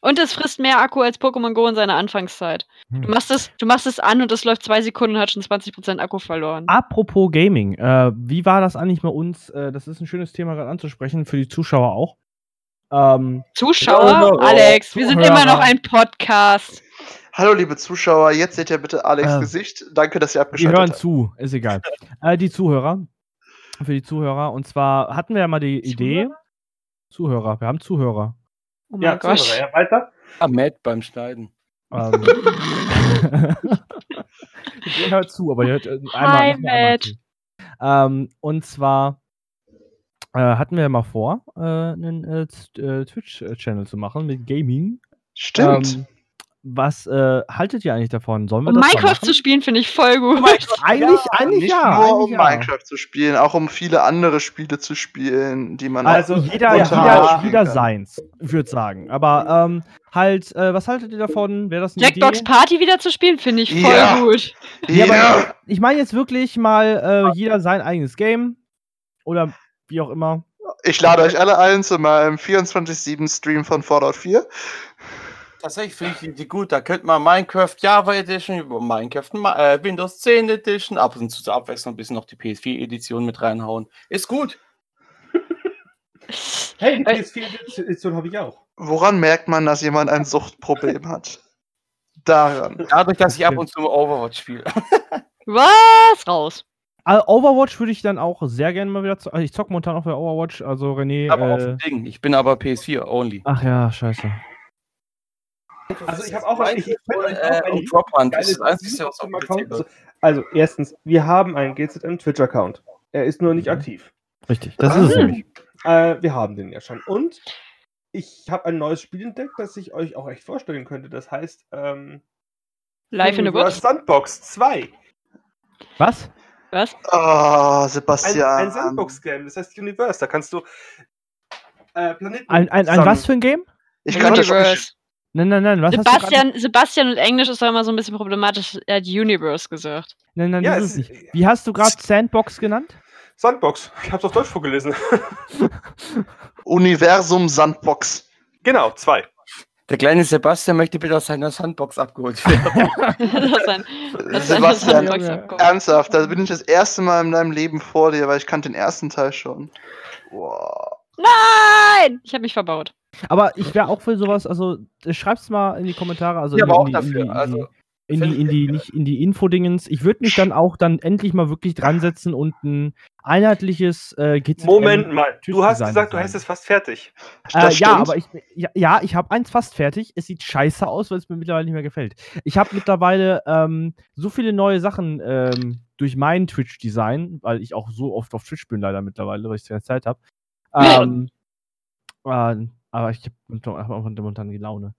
S2: Und es frisst mehr Akku als Pokémon Go in seiner Anfangszeit. Du machst es, du machst es an und es läuft zwei Sekunden und hat schon 20% Akku verloren.
S3: Ah, Apropos Gaming, äh, wie war das eigentlich bei uns? Äh, das ist ein schönes Thema gerade anzusprechen, für die Zuschauer auch. Ähm,
S2: Zuschauer,
S3: Zuhörer,
S2: Alex, wir sind immer noch
S3: Zuhörer.
S2: ein Podcast.
S5: Hallo, liebe Zuschauer, jetzt seht ihr bitte Alex'
S3: Ähm,
S5: Gesicht. Danke, dass ihr
S3: Die hören
S5: abgeschaltet habt.
S3: zu, ist egal. äh, die Zuhörer. Für die Zuhörer. Und zwar hatten wir ja mal die Idee. Zuhörer, wir haben Zuhörer.
S2: Oh mein
S6: Ja,
S2: Gott.
S6: Zuhörer, ja, weiter.
S1: war mad Ah, beim Schneiden.
S3: Ähm. ihr hört zu, aber ihr hört äh, einmal,
S2: Hi,
S3: nicht mehr einmal
S2: Matt.
S3: zu. Ähm, und zwar äh, hatten wir ja mal vor, äh, einen äh, Z- äh, Twitch-Channel zu machen mit Gaming.
S5: Stimmt.
S3: Ähm, was äh, haltet ihr eigentlich davon? Sollen wir
S2: Um
S3: das mal
S2: Minecraft
S3: machen?
S2: zu spielen finde ich voll gut.
S3: Eigentlich, eigentlich
S5: Nicht
S3: ja.
S5: nur
S3: eigentlich
S5: um
S3: ja.
S5: Minecraft zu spielen, auch um viele andere Spiele zu spielen, die man
S3: Also
S6: Also,
S3: jeder,
S5: ja.
S3: jeder, jeder
S5: Ja.
S3: seins, würde sagen. Aber ähm, halt, äh, was haltet ihr davon? Wäre das eine
S2: Jackbox
S3: Idee?
S2: Party wieder zu spielen finde ich voll
S5: Ja.
S2: gut.
S5: auch.
S3: Ja, aber-
S5: Ja,
S3: Ich meine jetzt wirklich mal äh, jeder sein eigenes Game oder wie auch immer.
S5: ich lade euch alle ein zu meinem 24-7-Stream von Fallout 4.
S1: Tatsächlich finde ich die Idee gut. Da könnte man Minecraft Java Edition, über Minecraft Ma- äh, Windows 10 Edition, ab und zu zur Abwechslung ein bisschen noch die PS4-Edition mit reinhauen. Ist gut.
S6: Hey, die
S2: Äh,
S6: PS4-Edition habe ich auch.
S5: Woran merkt man, dass jemand ein Suchtproblem hat? Daran.
S1: Dadurch, dass ich ab und zu mal Overwatch spiele.
S2: Was? Raus.
S3: Äh, Overwatch würde ich dann auch sehr gerne mal wieder zocken. Also ich zocke momentan auch wieder Overwatch, also René.
S1: Aber auf
S3: äh,
S1: dem Ding. Ich bin aber PS4 only.
S3: ach ja, scheiße.
S6: Also ich habe auch, ich, ich find eigentlich
S1: äh,
S6: auch
S1: und
S6: eine
S1: Drop Hunt
S6: geile
S1: ist das Einzige, was auf
S6: Steam
S1: dem PC
S6: Account.
S1: läuft.
S6: Also erstens, wir haben einen GZM Twitch-Account. Er ist nur nicht
S1: Mhm.
S6: aktiv.
S3: Richtig, das ist es
S2: Hm.
S3: nämlich.
S6: Äh, wir haben den ja schon. Und ich habe ein neues Spiel entdeckt, das ich euch auch echt vorstellen könnte. Das heißt, ähm,
S2: Live in the
S6: Universe
S2: Woods.
S6: Sandbox 2.
S3: Was?
S2: Was?
S5: Ah,
S6: Ein,
S5: Sebastian.
S6: ein Sandbox-Game, das heißt Universe. Da kannst du äh, Planeten.
S3: Ein, ein, ein
S6: sammeln.
S3: was für ein Game?
S5: Ich kann das nicht.
S2: Universe.
S3: Nein, nein, nein. Was hast du gerade-
S2: Sebastian, Sebastian und Englisch ist doch immer so ein bisschen problematisch. Er hat Universe gesagt.
S3: Nein, nein,
S6: Ja, es
S3: das ist
S6: ist-
S3: nicht. Wie hast du gerade Sandbox genannt?
S6: Sandbox. Ich hab's auf Deutsch vorgelesen.
S5: Universum Sandbox.
S6: genau, zwei.
S1: Der kleine Sebastian möchte bitte aus seiner Sandbox abgeholt werden.
S2: das ist ein, das ist ein
S5: Sebastian, äh,
S2: Sandbox-
S3: Junge.
S5: ernsthaft, da bin ich das erste Mal in deinem Leben vor dir, weil ich kannte den ersten Teil schon. Wow.
S2: Nein! Ich habe mich verbaut.
S3: Aber ich wäre auch für sowas, also äh, schreib's mal in die Kommentare. Also
S1: Ja,
S3: in,
S1: aber
S3: die-
S1: auch
S3: in die-
S1: dafür,
S3: in die-
S1: also,
S3: in die, in die, nicht in die Infodingens. Ich würde mich dann auch dann endlich mal wirklich dran setzen und ein einheitliches äh, GZM
S6: Moment mal. Du hast
S3: Typdesign
S6: gesagt, du
S3: sein.
S6: hast es fast fertig.
S3: Äh,
S5: Das
S3: ja,
S5: stimmt.
S3: aber ich, ja, ja ich habe eins fast fertig. Es sieht scheiße aus, weil es mir mittlerweile nicht mehr gefällt. Ich habe mittlerweile ähm, so viele neue Sachen ähm, durch mein Twitch-Design, weil ich auch so oft auf Twitch bin leider mittlerweile, weil ich keine Zeit habe. Ähm, äh, aber ich habe einfach momentan die Laune.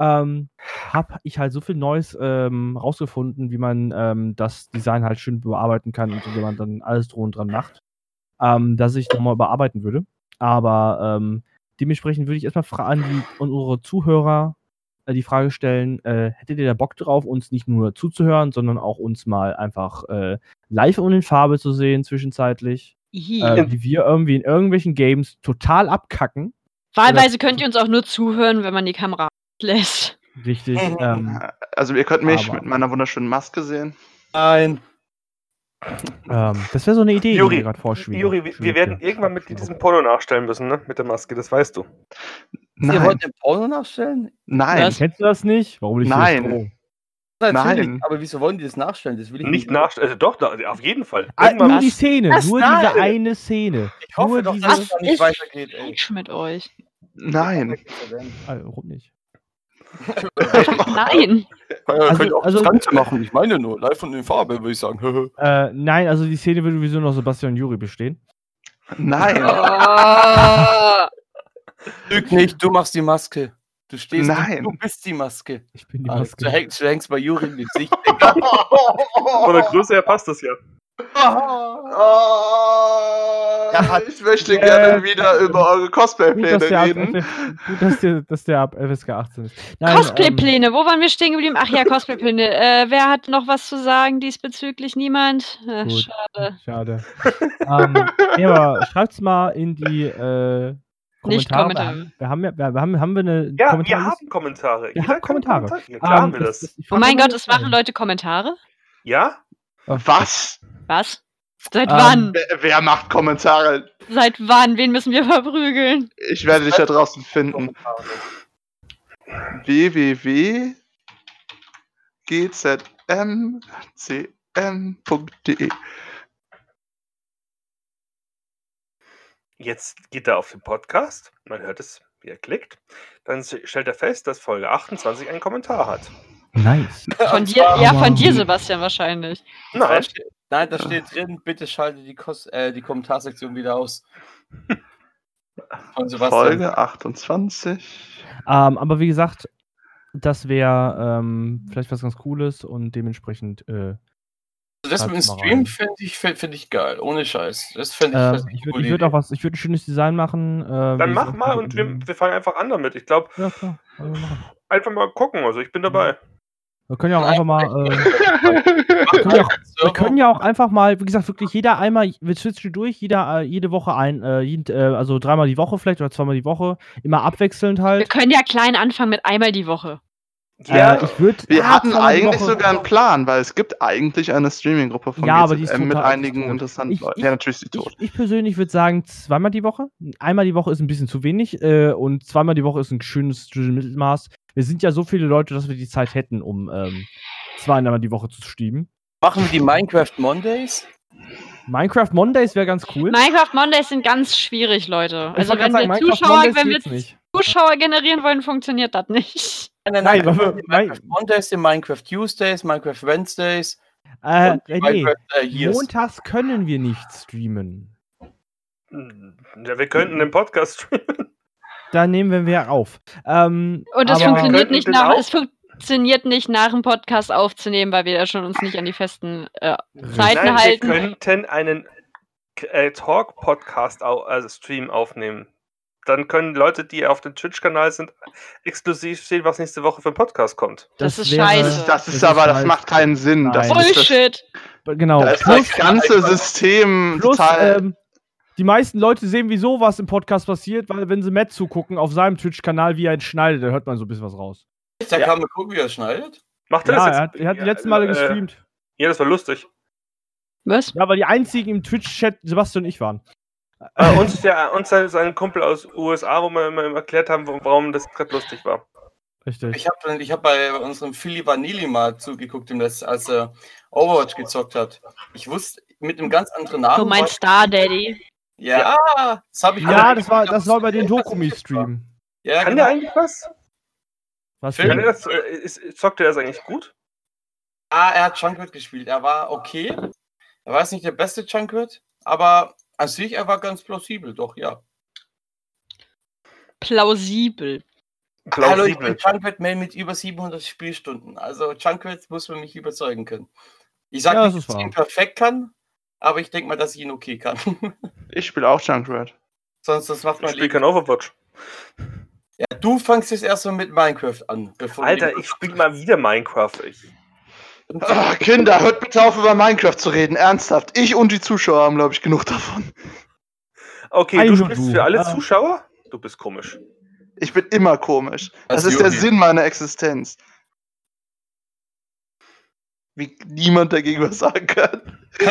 S3: Ähm, habe ich halt so viel Neues ähm, rausgefunden, wie man ähm, das Design halt schön bearbeiten kann und so, wie man dann alles drum und dran macht, ähm, dass ich nochmal überarbeiten würde. Aber ähm, dementsprechend würde ich erstmal fra- an die, an unsere Zuhörer äh, die Frage stellen, äh, hättet ihr da Bock drauf, uns nicht nur zuzuhören, sondern auch uns mal einfach äh, live und in Farbe zu sehen zwischenzeitlich,
S2: Ihi.
S3: äh, wie wir irgendwie in irgendwelchen Games total abkacken.
S2: Wahlweise könnt ihr uns auch nur zuhören, wenn man die Kamera lässt.
S3: Richtig. Ähm,
S5: Also ihr könnt mich
S3: aber-
S5: mit meiner wunderschönen Maske sehen.
S1: Nein.
S3: ähm, das wäre so eine Idee,
S6: Juri,
S3: die mir gerade vorschwebt.
S6: Juri, wir, wir werden irgendwann mit diesem Porno nachstellen müssen, ne? Mit der Maske, das weißt du.
S1: Ihr
S5: Nein,
S1: wollt den Porno nachstellen?
S5: nein.
S2: Was?
S3: Kennst du das nicht? Warum nicht?
S5: Nein. Nein.
S1: Aber wieso wollen die das nachstellen? Das will ich
S6: Nicht nachstellen. Also doch, da- auf jeden Fall.
S3: Ah,
S6: Irgendwann-
S3: nur die Szene,
S2: Was?
S3: nur
S1: Nein.
S3: diese eine Szene.
S1: Ich hoffe
S3: nur
S1: doch,
S3: diese-
S1: dass es da
S2: Was
S1: nicht
S2: ist-
S1: weitergeht, ey.
S2: Quatsch mit euch.
S5: Nein.
S3: Ah, warum nicht?
S2: Nein.
S1: Ja,
S3: Also-
S1: könnt ihr auch
S3: also-
S1: das Ganze machen. Ich meine nur, live und in Farbe, würde ich sagen.
S3: Äh, nein, also die Szene würde sowieso noch Sebastian und Juri bestehen.
S5: Nein.
S2: Oh.
S1: Lüg nicht, du machst die Maske. Du stehst,
S5: Nein.
S1: du bist die Maske.
S3: Ich bin die
S1: Ah,
S3: Maske.
S1: Du hängst, du hängst bei Juri im Gesicht.
S3: oh.
S6: Von der Größe her passt das ja.
S5: Oh,
S1: Er hat-
S5: ich möchte
S3: Äh,
S5: gerne wieder über eure
S3: Gut, dass
S5: Cosplay-Pläne
S3: der, ab,
S5: reden.
S3: gut dass, der, dass der ab FSK 18 ist. Nein, ähm,
S2: Cosplay-Pläne, wo waren wir stehen geblieben? Ach ja, Cosplay-Pläne. Äh, wer hat noch was zu sagen diesbezüglich? Niemand? Äh,
S3: Gut.
S2: schade.
S3: Schade. ähm, nee, aber schreibt's mal in die äh, Kommentare.
S2: Nicht Kommentare.
S3: Wir haben, ja- wir haben, haben wir eine
S6: Ja, wir
S3: Kommentarliste?
S6: haben Kommentare.
S3: Wir
S6: Jeder
S3: haben
S6: kann einen
S3: Kommentare.
S6: Kommentar- Ja, klar
S3: Ähm,
S6: haben wir das.
S3: ich
S2: Oh
S3: frag
S2: mein
S3: mal
S2: Gott, es machen
S3: rein.
S2: Leute Kommentare?
S6: Ja?
S5: Was?
S2: Was? Seit
S3: Ähm,
S2: wann?
S5: Wer, wer macht Kommentare?
S2: Seit wann? Wen müssen wir verprügeln?
S5: Ich werde dich da draußen finden. www.gzmcm.de
S6: Jetzt geht er auf den Podcast. Man hört es, wie er klickt. Dann s- stellt er fest, dass Folge 28 einen Kommentar hat.
S3: Nice.
S2: Von dir, ja, von dir, Sebastian, wahrscheinlich.
S1: Da
S6: Nein.
S1: steht- Nein, da steht drin, bitte schalte die, Kos äh, die Kommentarsektion wieder aus. Von
S5: Folge 28.
S3: Ähm, aber wie gesagt, das wäre ähm, vielleicht was ganz Cooles und dementsprechend äh,
S1: Also das mit dem
S3: Schreib's mal
S1: Stream
S3: rein.
S1: finde ich, find, find ich geil, ohne Scheiß. Das finde ich,
S3: ähm,
S1: das ist
S3: ich
S1: eine
S3: würde
S1: gute
S3: ich würd
S1: Idee.
S3: auch was, ich würde ein schönes Design machen. Äh,
S6: Dann
S3: wie
S6: mach
S3: es-
S6: mal und wir, wir fangen einfach an damit. Ich glaube,
S3: Ja, klar. können wir machen.
S6: einfach mal gucken. Also ich bin dabei.
S3: Wir können ja auch einfach mal. Äh, wir können ja auch Wir
S1: Server-
S3: können ja auch einfach mal, wie gesagt, wirklich jeder einmal, wir switchen durch, jeder, äh, jede Woche ein, äh, jeden, äh, also dreimal die Woche vielleicht oder zweimal die Woche, immer abwechselnd
S2: Wir
S3: halt.
S2: können ja klein anfangen mit einmal die Woche.
S3: äh,
S6: Ja,
S3: ich würd,
S5: Wir
S3: ja,
S5: hatten
S3: zweimal die
S5: eigentlich
S3: Woche-
S5: sogar einen Plan, weil es gibt eigentlich eine Streaming-Gruppe von
S3: Ja, aber die ist
S5: GZM mit
S3: total-
S5: einigen
S3: tot.
S5: interessanten
S3: Ich-
S5: Leuten.
S3: ich-
S5: Ja, natürlich ist die tot.
S3: Ich, ich persönlich würde sagen, zweimal die Woche. Einmal die Woche ist ein bisschen zu wenig äh, und zweimal die Woche ist ein schönes schönes Mittelmaß. Wir sind ja so viele Leute, dass wir die Zeit hätten, um ähm, zweimal die Woche zu streamen.
S1: Machen wir die Minecraft Mondays?
S3: Minecraft Mondays wäre ganz cool.
S2: Minecraft Mondays sind ganz schwierig, Leute.
S3: Ich
S2: Also
S3: wollt
S2: wenn
S3: grad
S2: wir,
S3: Minecraft
S2: Zuschauer,
S3: Mondays
S2: wenn wir
S3: geht's nicht.
S2: Zuschauer generieren wollen, funktioniert das nicht.
S1: Nein,
S3: Nein,
S1: wir
S3: aber
S1: machen die
S3: Min-
S1: Minecraft Mondays, die Minecraft Tuesdays, Minecraft Wednesdays.
S3: Äh,
S1: Und
S3: René,
S1: Minecraft, äh, Years.
S3: montags können wir nicht streamen.
S6: Hm,
S4: Ja, wir könnten den Podcast streamen.
S3: Da nehmen wir auf. Ähm,
S2: Und es
S3: aber-
S2: funktioniert
S4: Könnten
S2: nicht
S4: wir
S2: nach,
S4: auch-
S2: es funktioniert nicht nach dem Podcast aufzunehmen, weil wir da schon uns nicht an die festen äh, Zeiten
S4: Nein, wir
S2: halten.
S4: könnten einen äh, Talk-Podcast, au- also Stream aufnehmen. Dann können Leute, die auf dem Twitch-Kanal sind, exklusiv sehen, was nächste Woche für ein Podcast kommt.
S2: Das ist
S3: wäre-
S5: Das
S2: scheiße.
S5: ist, das ist
S3: Das
S5: aber,
S3: ist
S5: das
S3: halt-
S5: macht keinen Sinn. Das
S3: Nein.
S5: ist das,
S2: Bullshit.
S3: Genau.
S5: Da ist das Oh, ganze System
S3: Plus,
S5: total.
S3: ähm, die meisten Leute sehen, wieso was im Podcast passiert, weil wenn sie Matt zugucken auf seinem Twitch-Kanal, wie er ihn schneidet, da hört man so ein bisschen was raus.
S1: Da kann man gucken, wie er schneidet.
S4: Macht er
S3: Ja,
S4: das
S3: er
S4: jetzt?
S3: hat, er hat die letzten Male
S4: äh,
S3: gestreamt.
S4: Ja, das war lustig.
S2: Was?
S3: Ja, weil die einzigen im Twitch-Chat Sebastian und ich waren.
S4: Äh, uns der, uns sein, sein Kumpel aus USA, wo wir immer, immer erklärt haben, warum- warum das gerade lustig war.
S3: Richtig.
S1: Ich habe ich hab bei unserem Philly Vanilli mal zugeguckt, dem das, als er Overwatch gezockt hat. Ich wusste mit einem ganz anderen
S5: Ah,
S1: Namen.
S2: Du meinst Star Daddy.
S1: Ja, das habe ich
S3: Ja, das war, das war bei den Dokumi-Stream.
S1: Ja,
S4: Kann
S1: genau.
S4: der eigentlich was?
S3: Was
S4: Kann
S3: denn?
S4: der das, äh, ist, zockt er das eigentlich gut?
S1: Ah, er hat Junkward gespielt. Er war okay. Er war jetzt nicht der beste Junkward, aber an sich, er war ganz plausibel, doch, ja.
S2: Plausibel.
S1: Hallo, ich bin
S4: Plausibel.
S1: Junkward-Man mit über 700 Spielstunden. Also Junkward muss man mich überzeugen können. Ich sage
S3: Ja, das
S1: nicht,
S3: ist
S1: dass ich
S3: wahr.
S1: ihn perfekt kann, aber ich denke mal, dass ich ihn okay kann.
S5: ich spiele auch Junkrat.
S1: Sonst das macht
S4: Ich
S1: man
S4: spiele kein Overwatch.
S1: Ja, du fangst jetzt erstmal mit Minecraft an. Bevor du- Oh
S4: Alter, ich spiele mal wieder Minecraft. Ich,
S5: Ah, Kinder, hört bitte auf, über Minecraft zu reden. Ernsthaft. Ich und die Zuschauer haben, glaube ich, genug davon.
S4: okay,
S3: Ei,
S4: du
S3: nur
S4: spielst
S3: du.
S4: für alle
S3: Ah.
S4: Zuschauer? Du bist komisch.
S5: Ich bin immer komisch. Das
S1: Also,
S5: ist der
S1: Juri.
S5: Sinn meiner Existenz. Wie niemand dagegen was sagen kann.
S4: Wie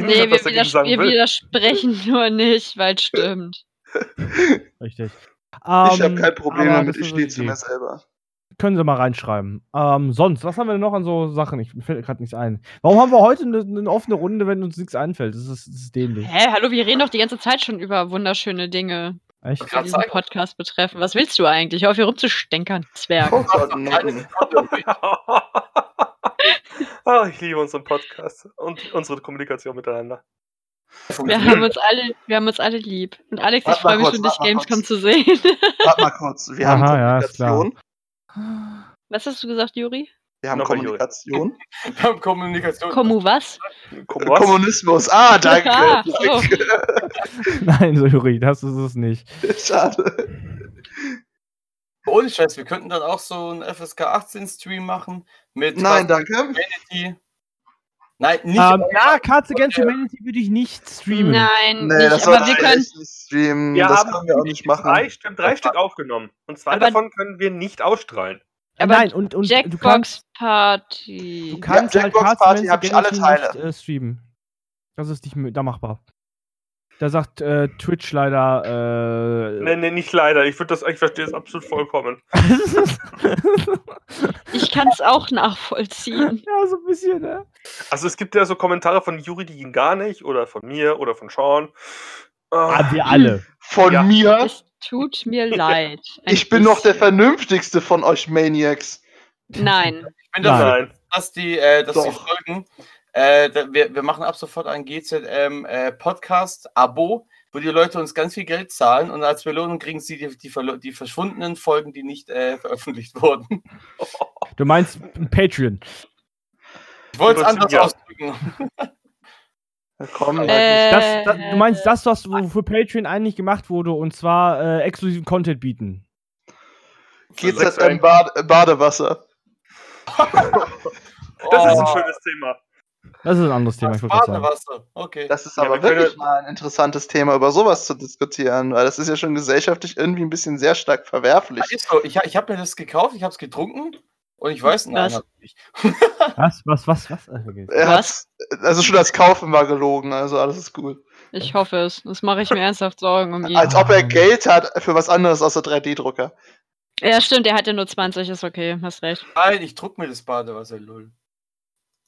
S2: Nee,
S4: niemand
S2: wir, widers
S4: was dagegen sagen
S2: wir
S4: will.
S2: widersprechen nur nicht, weil es stimmt.
S3: Richtig.
S5: ich habe
S3: Ähm,
S5: kein Problem
S3: aber
S5: damit,
S3: das
S5: ich
S3: ist
S5: stehe
S3: die
S5: zu
S3: Idee.
S5: mir selber.
S3: Können Sie mal reinschreiben. Ähm, sonst, was haben wir denn noch an so Sachen? Ich mir fällt gerade nichts ein. Warum haben wir heute eine, eine offene Runde, wenn uns nichts einfällt? Das ist, das ist dämlich.
S2: Hä, hallo, wir reden doch die ganze Zeit schon über wunderschöne Dinge,
S3: Echt?
S2: die diesen Podcast betreffen. Was willst du eigentlich? Hör auf, hier rumzustänkern, Zwerg.
S5: Oh Gott, nein.
S4: Ah, ich liebe unseren Podcast und unsere Kommunikation miteinander.
S2: Wir haben uns alle, wir haben uns alle lieb. Und Alex, ich
S5: Warte mal
S2: freue mich
S5: kurz,
S2: schon, dich
S5: warte mal
S2: Gamescom
S5: kurz.
S2: zu sehen.
S5: Warte mal kurz. Wir haben
S3: Aha, ja, ist klar.
S5: Kommunikation.
S2: Was hast du gesagt, Juri?
S5: wir haben
S4: Nochmal, Juri.
S5: Kommunikation.
S1: Wir haben Kommunikation.
S2: Komu was?
S5: Äh,
S4: Komm, was?
S5: Kommunismus. Ah, danke.
S2: Ah,
S5: danke.
S3: Nein, Suri, das ist es nicht.
S5: Schade.
S1: Ohne Scheiß, wir könnten dann auch so einen FSK 18 Stream machen mit
S5: Nein, danke.
S1: Humanity. Nein, nicht.
S3: Ähm, ja, Cards Against Humanity würde ich nicht streamen.
S2: Nein,
S5: Nee,
S2: nicht,
S5: das
S2: aber wir
S5: sollte
S2: können.
S5: echt nicht streamen.
S4: Wir
S5: das
S4: haben
S5: können wir auch nicht machen.
S4: Drei, Stück- drei Stück aufgenommen. Und zwei
S2: Aber-
S4: davon können wir nicht ausstrahlen.
S3: Äh,
S2: aber
S3: Nein, und, und du
S2: Jackbox
S3: kannst,
S2: Party.
S3: du kannst
S5: Ja,
S3: halt
S5: Jackbox
S3: Cards
S5: Party
S3: Against
S5: hab ich alle
S3: Humanity
S5: Teile.
S3: nicht äh, streamen. Das ist nicht mö- da machbar. Da sagt äh, Twitch leider. Äh,
S4: Nee, nee, nicht leider. Ich, würd das, ich verstehe es absolut vollkommen.
S2: Ich kann es auch nachvollziehen.
S3: ja, so ein bisschen, ne?
S4: Also es gibt ja so Kommentare von Juri, die gehen gar nicht. Oder von mir oder von Sean. Ah,
S3: Ah, wir alle.
S5: Von
S4: Ja.
S5: mir.
S2: Es tut mir leid. Ein
S5: Ich bin noch der
S2: bisschen.
S5: vernünftigste von euch Maniacs.
S2: Nein.
S1: Ich bin dafür,
S4: nein.
S1: dass die, äh, dass die
S5: Doch.
S1: Folgen. Äh, da, wir, wir machen ab sofort ein GZM äh, Podcast-Abo, wo die Leute uns ganz viel Geld zahlen und als Belohnung kriegen sie die, die, verlo- die verschwundenen Folgen, die nicht äh, veröffentlicht wurden.
S3: Du meinst ein Patreon.
S1: Ich wollte es
S4: Im Prinzip,
S1: anders
S4: ja.
S1: ausdrücken.
S5: Ja, Komm,
S2: Äh,
S3: Das, das, du meinst das, was wofür Patreon eigentlich gemacht wurde, und zwar äh, exklusiven Content bieten.
S5: GZM Bade Badewasser.
S4: Das ist ein
S1: Oh,
S4: schönes Thema.
S3: Das ist ein anderes Thema, ich wollte gerade sagen.
S1: Badewasser. Okay.
S5: Das ist
S4: Ja,
S5: aber
S4: wir können-
S5: wirklich mal ein interessantes Thema, über sowas zu diskutieren, weil das ist ja schon gesellschaftlich irgendwie ein bisschen sehr stark
S1: Ja,
S5: verwerflich.
S1: Ah, ist so. Ich, ha- ich habe mir das gekauft, ich habe es getrunken und ich weiß, nein,
S2: Was?
S1: hab ich nicht.
S3: Was, was, was, was? Ah, okay.
S5: Er
S2: Was?
S5: hat- Also schon das Kaufen war gelogen, also alles ist gut.
S2: Ich hoffe es. Das mache ich mir ernsthaft Sorgen um ihn.
S5: Als ob er Geld hat für was anderes außer 3D-Drucker.
S2: ja, stimmt, er hatte nur 20, ist okay, hast recht.
S1: Nein, ich druck mir das Badewasser, lol.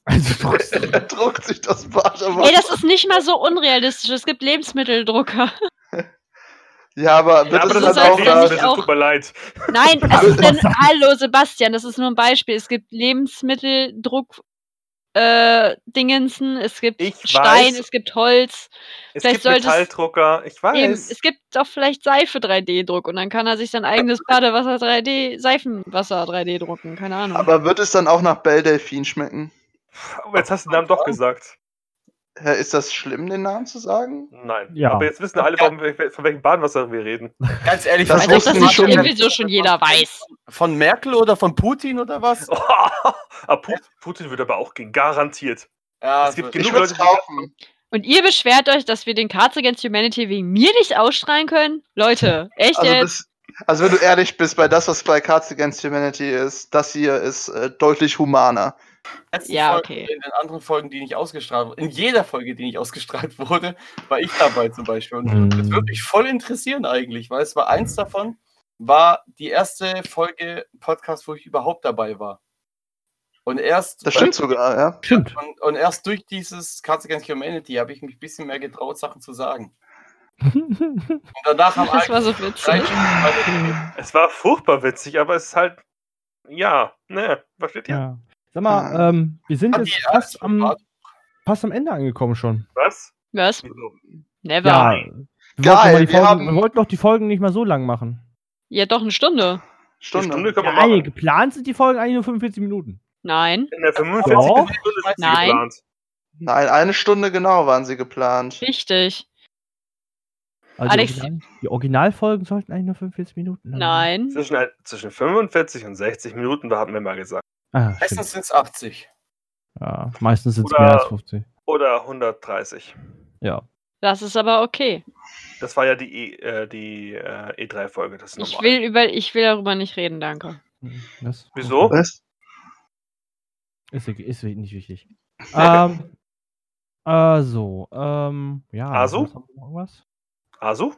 S3: Also trotzdem.
S5: Er druckt sich das Badewasser.
S2: Ey, das ist nicht mal so unrealistisch. Es gibt Lebensmitteldrucker.
S5: ja, aber wird
S4: Ja, aber das
S5: es
S4: ist
S5: dann
S4: halt
S2: soll
S5: auch
S4: ein
S2: sollst ja
S5: da,
S2: nicht
S4: Leben,
S2: auch-
S4: das tut mir leid.
S2: Nein,
S5: Also
S2: es ist denn. Hallo, Sebastian, das ist nur ein Beispiel. Es gibt Lebensmitteldruck. äh, Dingensen, es gibt
S4: Ich
S2: Stein,
S4: weiß-
S2: es gibt Holz.
S4: Es
S2: Vielleicht
S4: gibt
S2: solltest-
S4: Metalldrucker, ich weiß.
S2: Eben, es gibt auch vielleicht Seife 3D-Druck und dann kann er sich sein eigenes Badewasser 3D, Seifenwasser 3D drucken, keine Ahnung.
S5: Aber wird es dann auch nach Bell Delfin schmecken?
S4: Aber Oh, jetzt hast du den Namen doch gesagt.
S5: Hä, Ist das schlimm, den Namen zu sagen?
S4: Nein.
S3: Ja.
S4: Aber jetzt wissen alle, warum, wir- von welchem Bahnwasser wir reden.
S1: Ganz ehrlich,
S5: Das
S1: was
S2: also,
S1: wussten
S2: das
S5: wussten
S1: die
S2: ist
S5: schon.
S2: sowieso schon jeder weiß.
S1: Von Merkel oder von Putin oder was?
S4: Oh. ah, Pu- Putin wird aber auch gehen, garantiert.
S1: Ja,
S4: es gibt
S1: so-
S4: Genug
S5: ich würde es
S4: Leute, die das
S5: kaufen.
S2: Und ihr beschwert euch, dass wir den Cards Against Humanity wegen mir nicht ausstrahlen können? Leute, echt
S5: Also,
S2: jetzt?
S5: das, also wenn du ehrlich bist, bei das, was bei Cards Against Humanity ist, das hier ist äh, deutlich humaner.
S1: letzten
S2: Ja,
S1: Folgen,
S2: okay.
S1: in den anderen Folgen, die nicht ausgestrahlt wurden, in jeder Folge, die nicht ausgestrahlt wurde, war ich dabei zum Beispiel. Und das würde mich voll interessieren eigentlich, weil es war eins davon, war die erste Folge Podcast, wo ich überhaupt dabei war. Und erst,
S5: Das stimmt sogar, ja.
S3: Stimmt.
S1: Und, und erst durch dieses Cards Against Humanity habe ich mich ein bisschen mehr getraut, Sachen zu sagen. Und danach haben
S2: Das
S1: alle
S2: war so
S1: drei
S2: witzig.
S1: Stunden-
S4: Es war furchtbar witzig, aber es ist halt. Ja, ne, versteht ihr?
S3: Ja. Sag mal, ähm, wir sind
S1: Haben die
S3: jetzt
S1: alles
S3: fast am,
S1: privat?
S3: fast am Ende angekommen schon.
S4: Was? Also,
S2: Was?
S4: Wieso?
S2: Never.
S3: Ja.
S2: Ja,
S3: Wir wollten,
S5: Geil,
S3: mal die
S5: wir
S3: Folgen,
S5: haben-
S3: wir wollten doch die Folgen nicht mal so lang machen.
S2: doch eine Stunde.
S4: Die
S5: Stunde.
S4: Stunde können wir
S3: Geil,
S4: machen.
S3: geplant sind die Folgen eigentlich nur 45 Minuten.
S2: Nein.
S4: In der 45.
S3: Doch.
S4: Stunde sind sie
S2: Nein.
S4: geplant.
S5: Nein, eine Stunde genau waren sie geplant.
S2: Richtig.
S3: Also
S2: Alex-
S3: die, Original, die Originalfolgen sollten eigentlich nur 45 Minuten lang sein.
S2: Nein.
S4: Zwischen, ein- zwischen 45 und 60 Minuten, da haben wir mal gesagt.
S3: Ah, stimmt.
S1: Meistens sind es 80.
S3: ja, meistens sind es
S4: Oder-
S3: mehr als 50.
S4: Oder 130.
S3: Ja.
S2: Das ist aber okay.
S4: Das war ja die, e, äh, die äh, E3-Folge, das ist normal.
S2: Ich will, über, ich will darüber nicht reden, danke.
S3: Das
S4: Wieso?
S5: Was?
S3: Ist, ist nicht wichtig. ähm, äh, so, ähm, ja.
S4: Also?
S3: was haben wir noch? Irgendwas?
S4: Asu?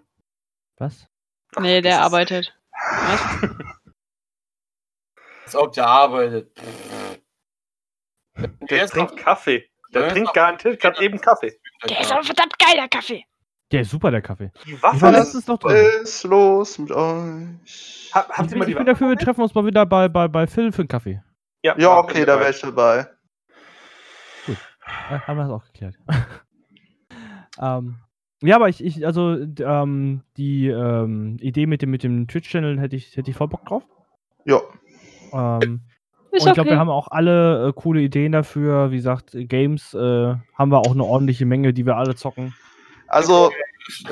S3: Was?
S4: Ach,
S2: Nee, der
S4: das ist-
S2: arbeitet.
S5: halt
S2: Was?
S1: Als ob der arbeitet.
S4: Der
S1: ist
S4: trinkt
S1: auf-
S4: Kaffee. Der
S1: Ja,
S4: trinkt
S1: ist
S4: garantiert gerade eben Kaffee.
S2: Der ist aber verdammt geiler Kaffee.
S3: Der ist super, der Kaffee.
S4: Die
S3: Ich
S4: Waffe
S5: meine,
S3: lass
S4: ist.
S3: es doch drin.
S5: Ist los mit euch.
S4: Hab, Äh, habt
S3: Ich
S4: ihr
S3: bin,
S4: mal die
S3: ich bin
S4: Waffe?
S3: dafür, wir treffen uns mal wieder bei, bei, bei Phil für einen Kaffee.
S5: Ja,
S4: machen
S5: okay,
S4: wir
S5: da
S4: mal.
S5: wäre ich dabei.
S3: Äh, haben wir das auch geklärt. ähm, ja, aber ich, ich also d- ähm, die ähm, Idee mit dem, mit dem Twitch-Channel hätte ich, hätte ich voll Bock drauf.
S5: Ja.
S3: Ähm,
S2: Ist
S3: und ich
S2: okay.
S3: glaube, wir haben auch alle äh, coole Ideen dafür. Wie gesagt, äh, Games äh, haben wir auch eine ordentliche Menge, die wir alle zocken.
S5: Also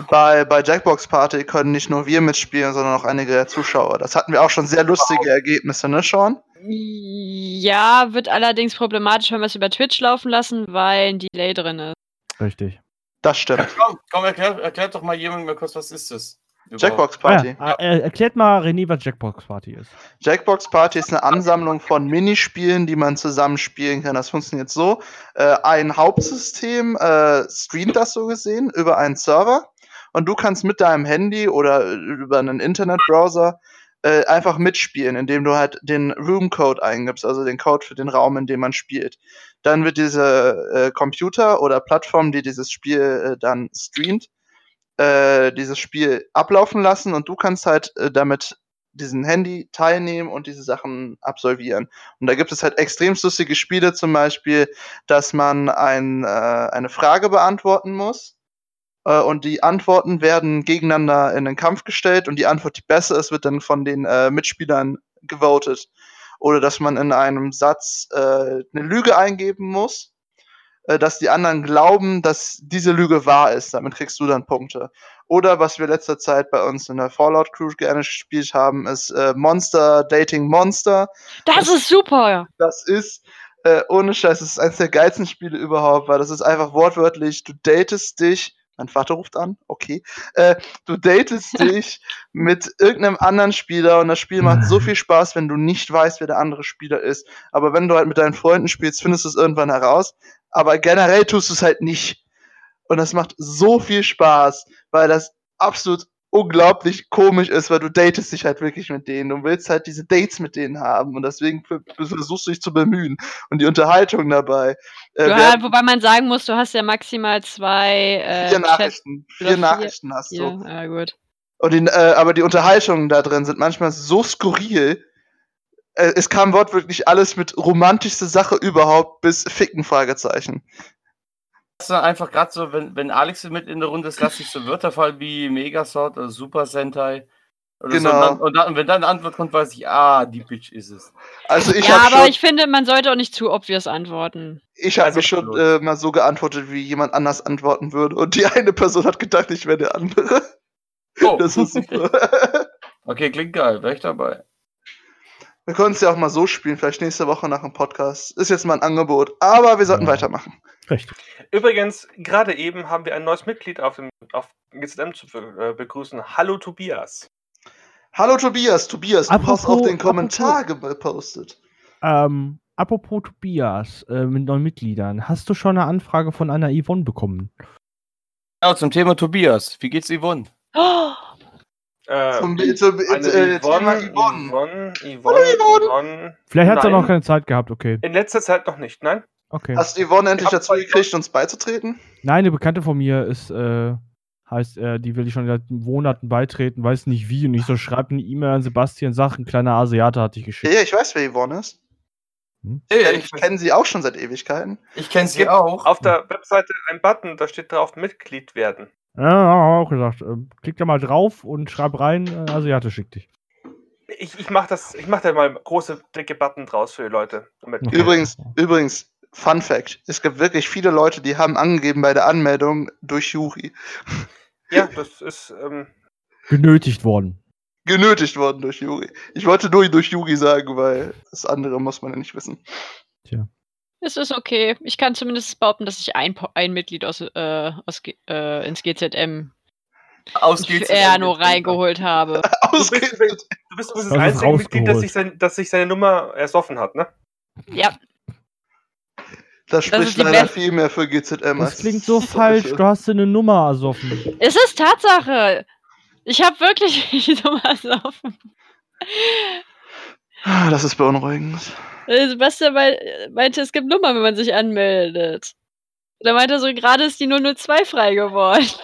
S5: bei, bei Jackbox Party können nicht nur wir mitspielen, sondern auch einige Zuschauer. Das hatten wir auch schon sehr lustige Ergebnisse, ne, Sean?
S2: ja, wird allerdings problematisch, wenn wir es über Twitch laufen lassen, weil ein Delay drin ist.
S3: Richtig.
S5: Das stimmt.
S1: Komm, komm erklär, erklär doch mal jemandem mal kurz, was ist das? überhaupt?
S5: Jackbox Party.
S3: Ah, ja. äh, erklärt mal, René, was Jackbox Party ist.
S5: Jackbox Party ist eine Ansammlung von Minispielen, die man zusammenspielen kann. Das funktioniert so. Äh, ein Hauptsystem äh, streamt das so gesehen über einen Server und du kannst mit deinem Handy oder äh, über einen Internetbrowser äh, einfach mitspielen, indem du halt den Roomcode eingibst, also den Code für den Raum, in dem man spielt. Dann wird diese äh, Computer oder Plattform, die dieses Spiel äh, dann streamt, äh, dieses Spiel ablaufen lassen und du kannst halt äh, damit diesen Handy teilnehmen und diese Sachen absolvieren. Und da gibt es halt extrem lustige Spiele, zum Beispiel, dass man ein, äh, eine Frage beantworten muss. Äh, und die Antworten werden gegeneinander in den Kampf gestellt und die Antwort, die besser ist, wird dann von den äh, Mitspielern gewotet. Oder dass man in einem Satz äh, eine Lüge eingeben muss, äh, dass die anderen glauben, dass diese Lüge wahr ist. Damit kriegst du dann Punkte. Oder was wir letzter Zeit bei uns in der Fallout Crew gerne gespielt haben, ist äh, Monster Dating Monster.
S2: Das ist super.
S5: Das ist äh, ohne Scheiß, das ist eines der geilsten Spiele überhaupt, weil das ist einfach wortwörtlich, du datest dich. Mein Vater ruft an, okay. Äh, du datest dich mit irgendeinem anderen Spieler und das Spiel macht so viel Spaß, wenn du nicht weißt, wer der andere Spieler ist. Aber wenn du halt mit deinen Freunden spielst, findest du es irgendwann heraus. Aber generell tust du es halt nicht. Und das macht so viel Spaß, weil das absolut unglaublich komisch ist, weil du datest dich halt wirklich mit denen. Du willst halt diese Dates mit denen haben und deswegen ver- versuchst du dich zu bemühen und die Unterhaltung dabei. Äh, wir
S2: Ja,
S5: hatten
S2: wobei man sagen muss, du hast ja maximal zwei äh,
S5: vier
S2: Chats.
S5: Nachrichten. Vier,
S2: oder vier-
S5: Nachrichten hast du.
S2: Ja, ah, gut.
S5: Und die, äh, aber die Unterhaltungen da drin sind manchmal so skurril, äh, es kam wortwörtlich alles mit romantischste Sache überhaupt bis Ficken, Fragezeichen.
S1: Das ist einfach gerade so, wenn, wenn Alex mit in der Runde ist, lasse ich so Wörter fallen wie Megasort oder Super Sentai. Oder
S5: Genau.
S1: so. und, dann, und, dann, und wenn dann eine Antwort kommt, weiß ich, ah, die Bitch ist es.
S5: Also ich
S2: ja,
S5: habe
S2: aber
S5: schon,
S2: ich finde, man sollte auch nicht zu obvious antworten.
S5: ich hab
S1: also
S5: mir schon
S1: los.
S5: äh, mal so geantwortet, wie jemand anders antworten würde. Und die eine Person hat gedacht, ich wäre der andere.
S1: Oh,
S5: Das ist super.
S1: okay, klingt geil, wäre ich dabei.
S5: wir können es ja auch mal so spielen, vielleicht nächste Woche nach dem Podcast. Ist jetzt mal ein Angebot, aber wir sollten
S3: Ja.
S5: weitermachen.
S3: Recht.
S4: Übrigens, gerade eben haben wir ein neues Mitglied auf dem auf GZM zu be- äh, begrüßen. Hallo Tobias.
S5: Hallo Tobias, Tobias, du hast
S3: Apropos-
S5: auch den Kommentar gepostet.
S3: Ähm, apropos Tobias, äh, mit neuen Mitgliedern. Hast du schon eine Anfrage von einer Yvonne bekommen?
S1: Genau, zum Thema Tobias. Wie geht's Yvonne?
S2: Oh,
S4: Äh,
S5: Zum, zum,
S4: eine
S5: äh, Thema Yvonne.
S4: Yvonne, Yvonne,
S5: Yvonne.
S4: Yvonne.
S3: Vielleicht hat sie
S4: Nein.
S3: noch keine Zeit gehabt, okay.
S4: In letzter Zeit noch nicht, nein?
S3: okay.
S5: Hast du Yvonne endlich
S4: Ich hab
S5: dazu gekriegt, uns beizutreten?
S3: Nein, eine Bekannte von mir ist, äh, heißt, äh, die will ich schon seit Monaten beitreten, weiß nicht wie. Und ich so, schreib eine E-Mail an Sebastian, sag, ein kleiner Asiate hatte ich
S5: Ja,
S3: geschickt.
S5: ja, ich weiß, wer Yvonne ist. ich kenne sie auch schon seit Ewigkeiten.
S1: ich kenne
S4: sie
S1: auch.
S4: Auf der Webseite ein Button, da steht drauf Mitglied werden.
S3: Ja, hab auch gesagt, äh, klick da mal drauf und schreib rein, äh, Asiate schickt dich.
S4: Ich, ich mache das, ich mache da mal große dicke Button draus für die Leute. Damit
S3: Okay.
S5: Übrigens, übrigens, Fun Fact: Es gibt wirklich viele Leute, die haben angegeben bei der Anmeldung durch Juri.
S4: Ja, das ist ähm,
S3: Genötigt worden.
S5: Genötigt worden durch Juri. Ich wollte nur durch Juri sagen, weil das andere muss man ja nicht wissen.
S2: es ist okay. Ich kann zumindest behaupten, dass ich ein, Po- ein Mitglied aus, äh, aus, G- äh, ins GZM
S1: Aus
S2: für Erno reingeholt habe.
S5: Ausgeht.
S4: du bist das,
S3: Das ist
S4: einzige Mitglied, das
S3: rausgeholt.
S4: sich, sein, das sich seine Nummer ersoffen hat, ne?
S2: Ja,
S5: Das spricht
S2: ist die
S5: leider
S2: Best-
S5: viel mehr für GZM.
S3: Das
S5: als
S3: klingt so
S5: solche.
S3: falsch, du hast dir eine Nummer ersoffen.
S2: es ist Tatsache. Ich habe wirklich die Nummer offen.
S5: Ah, Das ist beunruhigend.
S2: Äh, Sebastian mei- meinte, es gibt Nummern, wenn man sich anmeldet. Da meinte er so, gerade ist die 002 frei geworden.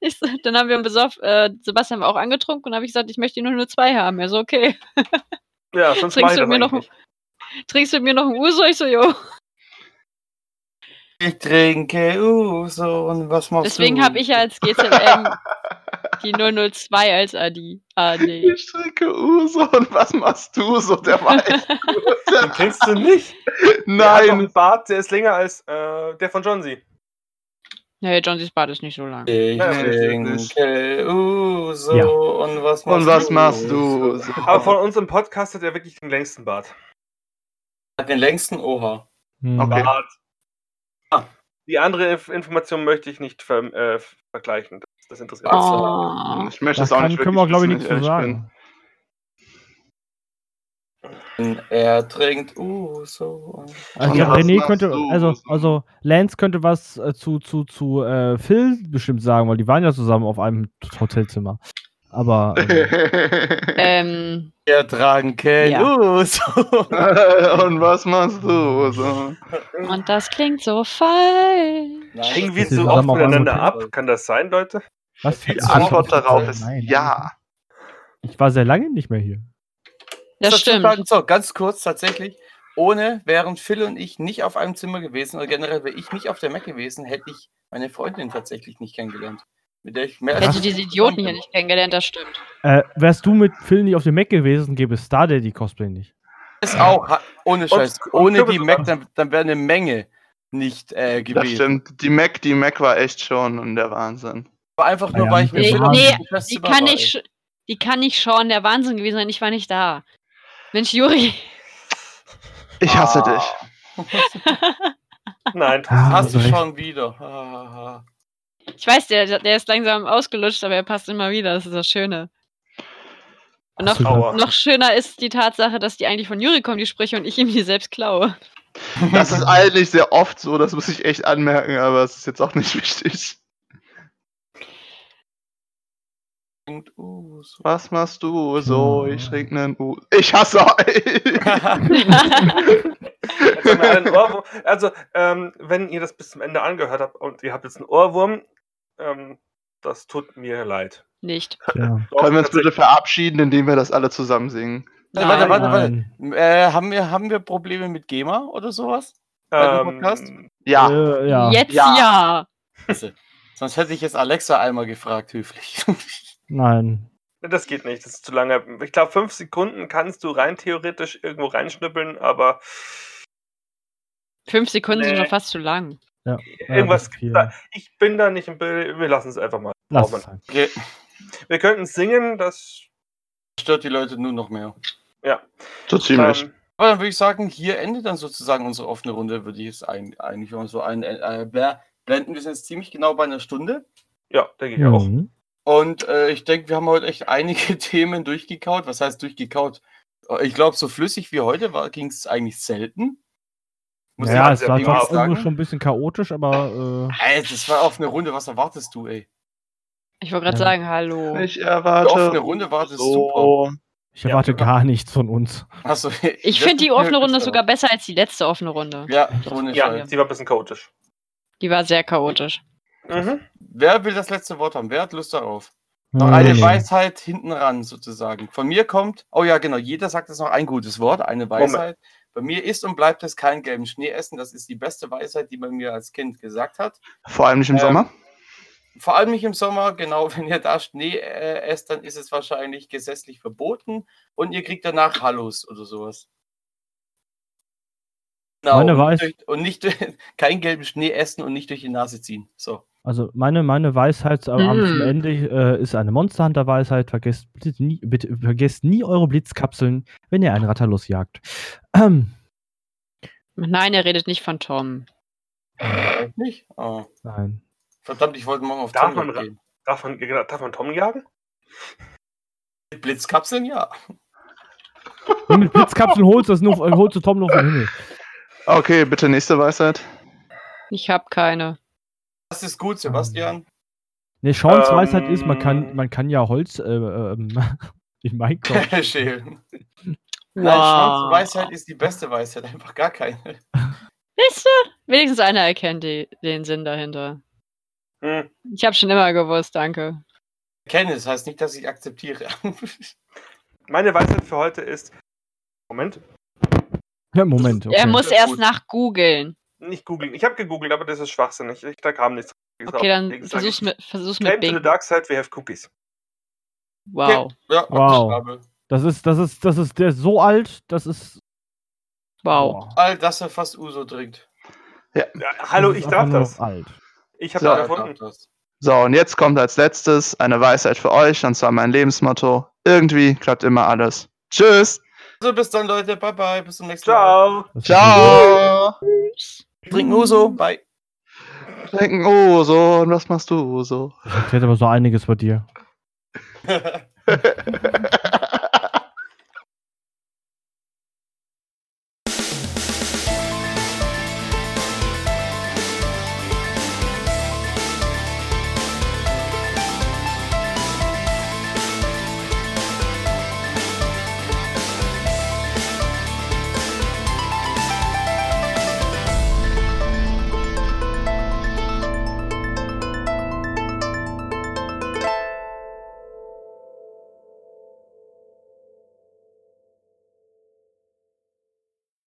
S2: Ich so, dann haben wir im Besoff, äh, Sebastian war auch angetrunken und habe ich gesagt, ich möchte die 002 haben. Er so, okay.
S4: Ja, sonst
S2: Trinkst
S4: mach ich
S2: du
S4: das
S2: mir noch-
S4: eigentlich nicht.
S2: Trinkst du mit mir noch ein Uso? Ich so, jo.
S1: Ich trinke Uso und was machst
S2: Deswegen
S1: du?
S2: habe ich halt- ja als GZM die 002 als AD. AD.
S5: Ich trinke Uso und was machst du so? Der
S4: Den
S5: weiß.
S4: kriegst du nicht. Der hat noch
S5: Nein.
S4: einen Bart, der ist länger als äh, der von John Z.
S2: Naja, Johnsys Bad ist nicht so lang.
S1: Ich
S4: Ja,
S1: trinke Uso
S3: Ja.
S1: und was machst
S5: Und was machst du? So.
S4: Aber von unserem Podcast hat er wirklich den längsten Bart.
S1: Hat den längsten Oha.
S3: Hm.
S5: Okay.
S4: Bart.
S1: Ah.
S4: Die andere Inf Information möchte ich nicht ver äh, vergleichen. Das, das interessiert mich.
S2: Oh.
S5: Ich möchte
S3: Da
S5: es auch
S3: kann,
S5: nicht
S3: können wir,
S5: wirklich
S3: glaube ich,
S5: wissen,
S3: nichts
S5: wenn
S3: zu
S5: ehrlich bin.
S3: sagen.
S1: Er trinkt Uso. und-
S3: Also,
S5: Ja, was
S3: René
S5: machst
S3: könnte,
S5: du?
S3: also, also Lance könnte was äh, zu, zu, zu äh, Phil bestimmt sagen, weil die waren ja zusammen auf einem T- Hotelzimmer. Aber äh,
S2: Ähm,
S1: Er tragen Ken
S2: Ja.
S1: Uso.
S5: Und was machst du? So.
S2: und das klingt so falsch.
S1: Nein,
S4: Hängen wir
S3: Das ist
S4: so
S3: aber
S4: oft
S3: mal
S4: miteinander
S3: anders.
S4: ab? Kann das sein, Leute?
S3: was
S5: Die
S3: hättest du
S5: Antwort
S3: gesagt?
S5: darauf ist
S3: Nein,
S5: ja.
S3: Ich war sehr lange nicht mehr hier.
S2: Das stimmt.
S1: So, ganz kurz tatsächlich. Ohne wären Phil und ich nicht auf einem Zimmer gewesen oder generell wäre ich nicht auf der Mac gewesen, hätte ich meine Freundin tatsächlich nicht kennengelernt. Mit der ich mehr als-
S2: Hätte diese Idioten hier nicht kennengelernt, das stimmt.
S3: Äh, wärst du mit Phil nicht auf dem Mac gewesen, gäbe es Star Daddy Cosplay nicht.
S1: Das auch, ha- ohne Scheiß.
S4: und
S1: Ohne die
S4: Kürbis
S1: Mac, dann, dann wäre eine Menge nicht äh,
S5: Das
S1: gewesen.
S5: stimmt. Die Mac, die Mac war echt schon der Wahnsinn.
S1: Aber einfach nur,
S3: Ja,
S1: weil ich
S3: nee,
S1: Phil auf
S2: nee,
S1: dem
S2: Die
S1: Geschäftszimmer
S2: kann
S1: war,
S2: nicht, sch- die kann nicht schauen, der Wahnsinn gewesen sein, ich war nicht da. Mensch, Juri.
S5: Ich hasse dich.
S4: Nein.
S2: Ah,
S1: ey. Ah, Hast
S3: Also
S1: du
S3: echt.
S1: schon wieder. Ah, ah,
S2: Ich weiß, der, der ist langsam ausgelutscht, aber er passt immer wieder, das ist das Schöne. Und noch,
S4: Aua.
S2: noch schöner ist die Tatsache, dass die eigentlich von Juri kommen, die Sprüche, und ich ihm die selbst klaue.
S5: Das ist eigentlich sehr oft so, das muss ich echt anmerken, aber es ist jetzt auch nicht wichtig.
S1: trinkt Uso.
S5: Was machst du? So, ich trinke einen U. Ich hasse euch.
S4: Jetzt haben wir alle einen Ohrwurm. Also, ähm, wenn ihr das bis zum Ende angehört habt und ihr habt jetzt einen Ohrwurm, ähm, das tut mir leid.
S2: nicht.
S3: Ja.
S4: Doch,
S5: Können wir uns
S4: tatsächlich.
S5: bitte verabschieden, indem wir das alle zusammen singen?
S1: Warte, warte, warte, warte.
S3: Nein.
S1: Äh, haben, wir, haben wir Probleme mit GEMA oder sowas? Bei dem Podcast?
S4: Ähm,
S5: Ja.
S3: Äh, ja.
S2: Jetzt
S5: Ja.
S2: ja.
S1: Sonst hätte ich jetzt Alexa einmal gefragt, höflich.
S3: Nein.
S4: Ne, das geht nicht, das ist zu lange. Ich glaube, fünf Sekunden kannst du rein theoretisch irgendwo reinschnippeln, aber
S2: Fünf Sekunden sind
S4: Nee.
S2: schon fast zu lang.
S3: Ja, das
S4: irgendwas
S3: ist
S4: gibt
S3: viel.
S4: da. Ich bin da nicht im Bild. Wir lassen es einfach mal.
S3: Lass es sein.
S1: Okay,
S4: Wir könnten singen, das.
S1: stört die Leute nur noch mehr.
S5: So ziemlich.
S4: Ähm,
S1: Aber dann würde ich sagen, hier endet dann sozusagen unsere offene Runde, würde ich jetzt ein, eigentlich wenn man so ein. Äh, blä- blenden wir sind jetzt ziemlich genau bei einer Stunde.
S4: ja, denke ich auch.
S3: Mhm.
S1: Und äh, ich denke, wir haben heute echt einige Themen durchgekaut. Was heißt durchgekaut? Äh, Ich glaube, so flüssig wie heute ging es eigentlich selten. ich
S3: Ja,
S1: mal
S3: es
S1: sehr
S3: war
S1: prima
S3: doch
S1: sagen.
S3: irgendwo schon ein bisschen chaotisch, aber äh,
S1: Ey, das war auf eine Runde, was erwartest du, ey?
S2: Ich wollte gerade
S3: Ja.
S2: sagen, hallo.
S5: Ich
S1: Auf
S5: erwarte.
S1: eine Runde war das super.
S5: so.
S3: ich erwarte gar nichts von uns.
S1: Also,
S2: Ich finde die offene Runde sogar besser als die letzte offene Runde.
S1: Ja, ohne
S4: Ja,
S1: Scheiß.
S4: sie war ein bisschen chaotisch.
S2: Die war sehr chaotisch.
S4: Mhm.
S1: Wer will das letzte Wort haben? Wer hat Lust darauf? Noch eine
S3: Nee.
S1: Weisheit hinten ran, sozusagen. Von mir kommt, oh ja, genau, jeder sagt jetzt noch ein gutes Wort, eine
S4: Moment.
S1: Weisheit. Bei mir ist und bleibt es keinen gelben Schnee essen. Das ist die beste Weisheit, die man mir als Kind gesagt hat.
S5: Vor allem nicht im
S1: Ähm,
S5: Sommer.
S1: Vor allem nicht im Sommer, genau, wenn ihr da Schnee äh, esst, dann ist es wahrscheinlich gesetzlich verboten und ihr kriegt danach Hallos oder sowas. Genau,
S3: Meine
S1: und
S3: Weis-
S1: nicht durch, und nicht durch, keinen gelben Schnee essen und nicht durch die Nase ziehen. So.
S3: Also meine, meine Weisheit am am
S2: Mm.
S3: Ende äh, ist eine Monsterhunter-Weisheit. Vergesst bitte nie, bitte, vergesst nie eure Blitzkapseln, wenn ihr einen Ratterlos jagt. Ähm,
S2: Nein, er redet nicht von Tom.
S1: Nicht? Ah.
S3: nein.
S1: Verdammt, ich wollte morgen auf
S4: Darf
S1: Tonga
S4: man ra-
S1: gehen.
S4: Darf, man, genau, darf man Tom jagen?
S1: Mit Blitzkapseln, ja.
S3: Nee, mit Blitzkapseln holst du, das nur, äh, holst du Tom noch vom Himmel.
S5: Okay, bitte nächste Weisheit.
S2: Ich habe keine.
S1: Das ist gut, Sebastian.
S3: Nee, Sean's
S4: Ähm.
S3: Ne, Weisheit ist, man kann, man kann ja Holz äh, ähm, in Minecraft.
S1: Schön. Nein, schwarze
S2: Wow.
S1: Weisheit ist die beste Weisheit, einfach gar keine.
S2: Weißt du? Wenigstens einer erkennt die, den Sinn dahinter.
S4: Hm.
S2: Ich habe schon immer gewusst, danke.
S1: Kenne es, heißt nicht, dass ich akzeptiere.
S4: Meine Weisheit für heute ist. Moment,
S3: Ja, Moment. Okay.
S2: Er muss
S1: Ja,
S2: erst
S1: gut.
S2: nach googeln.
S4: nicht googeln. Ich habe gegoogelt, aber das ist schwachsinnig. Ich, da kam nichts.
S2: Okay, dann
S4: Deswegen sag
S2: versuch's
S4: ich,
S2: mit, versuch's
S4: Came
S2: mit
S4: to the
S2: Bing.
S4: dark side, we have cookies.
S2: Wow.
S1: Ja,
S3: Wow.
S1: Abgabe.
S3: Das ist, das ist, das ist der ist so alt, das ist.
S2: Wow.
S3: Boah.
S1: All das er fast Uso trinkt.
S4: Ja, hallo,
S3: ist
S4: ich
S3: einfach
S4: darf
S3: nur
S4: das.
S3: Alt.
S4: Ich habe
S5: So.
S4: das
S1: Ja,
S4: erfunden.
S1: darf das.
S5: So, und jetzt kommt als letztes eine Weisheit für euch, und zwar mein Lebensmotto. Irgendwie klappt immer alles. Tschüss.
S1: Also bis dann, Leute. Bye bye. Bis zum nächsten Mal.
S4: Ciao.
S3: Das ist-
S5: Ciao.
S1: Trinken Uso. Bye.
S5: Denken, oh so, und was machst du so?
S3: Das erklärt aber so einiges bei dir.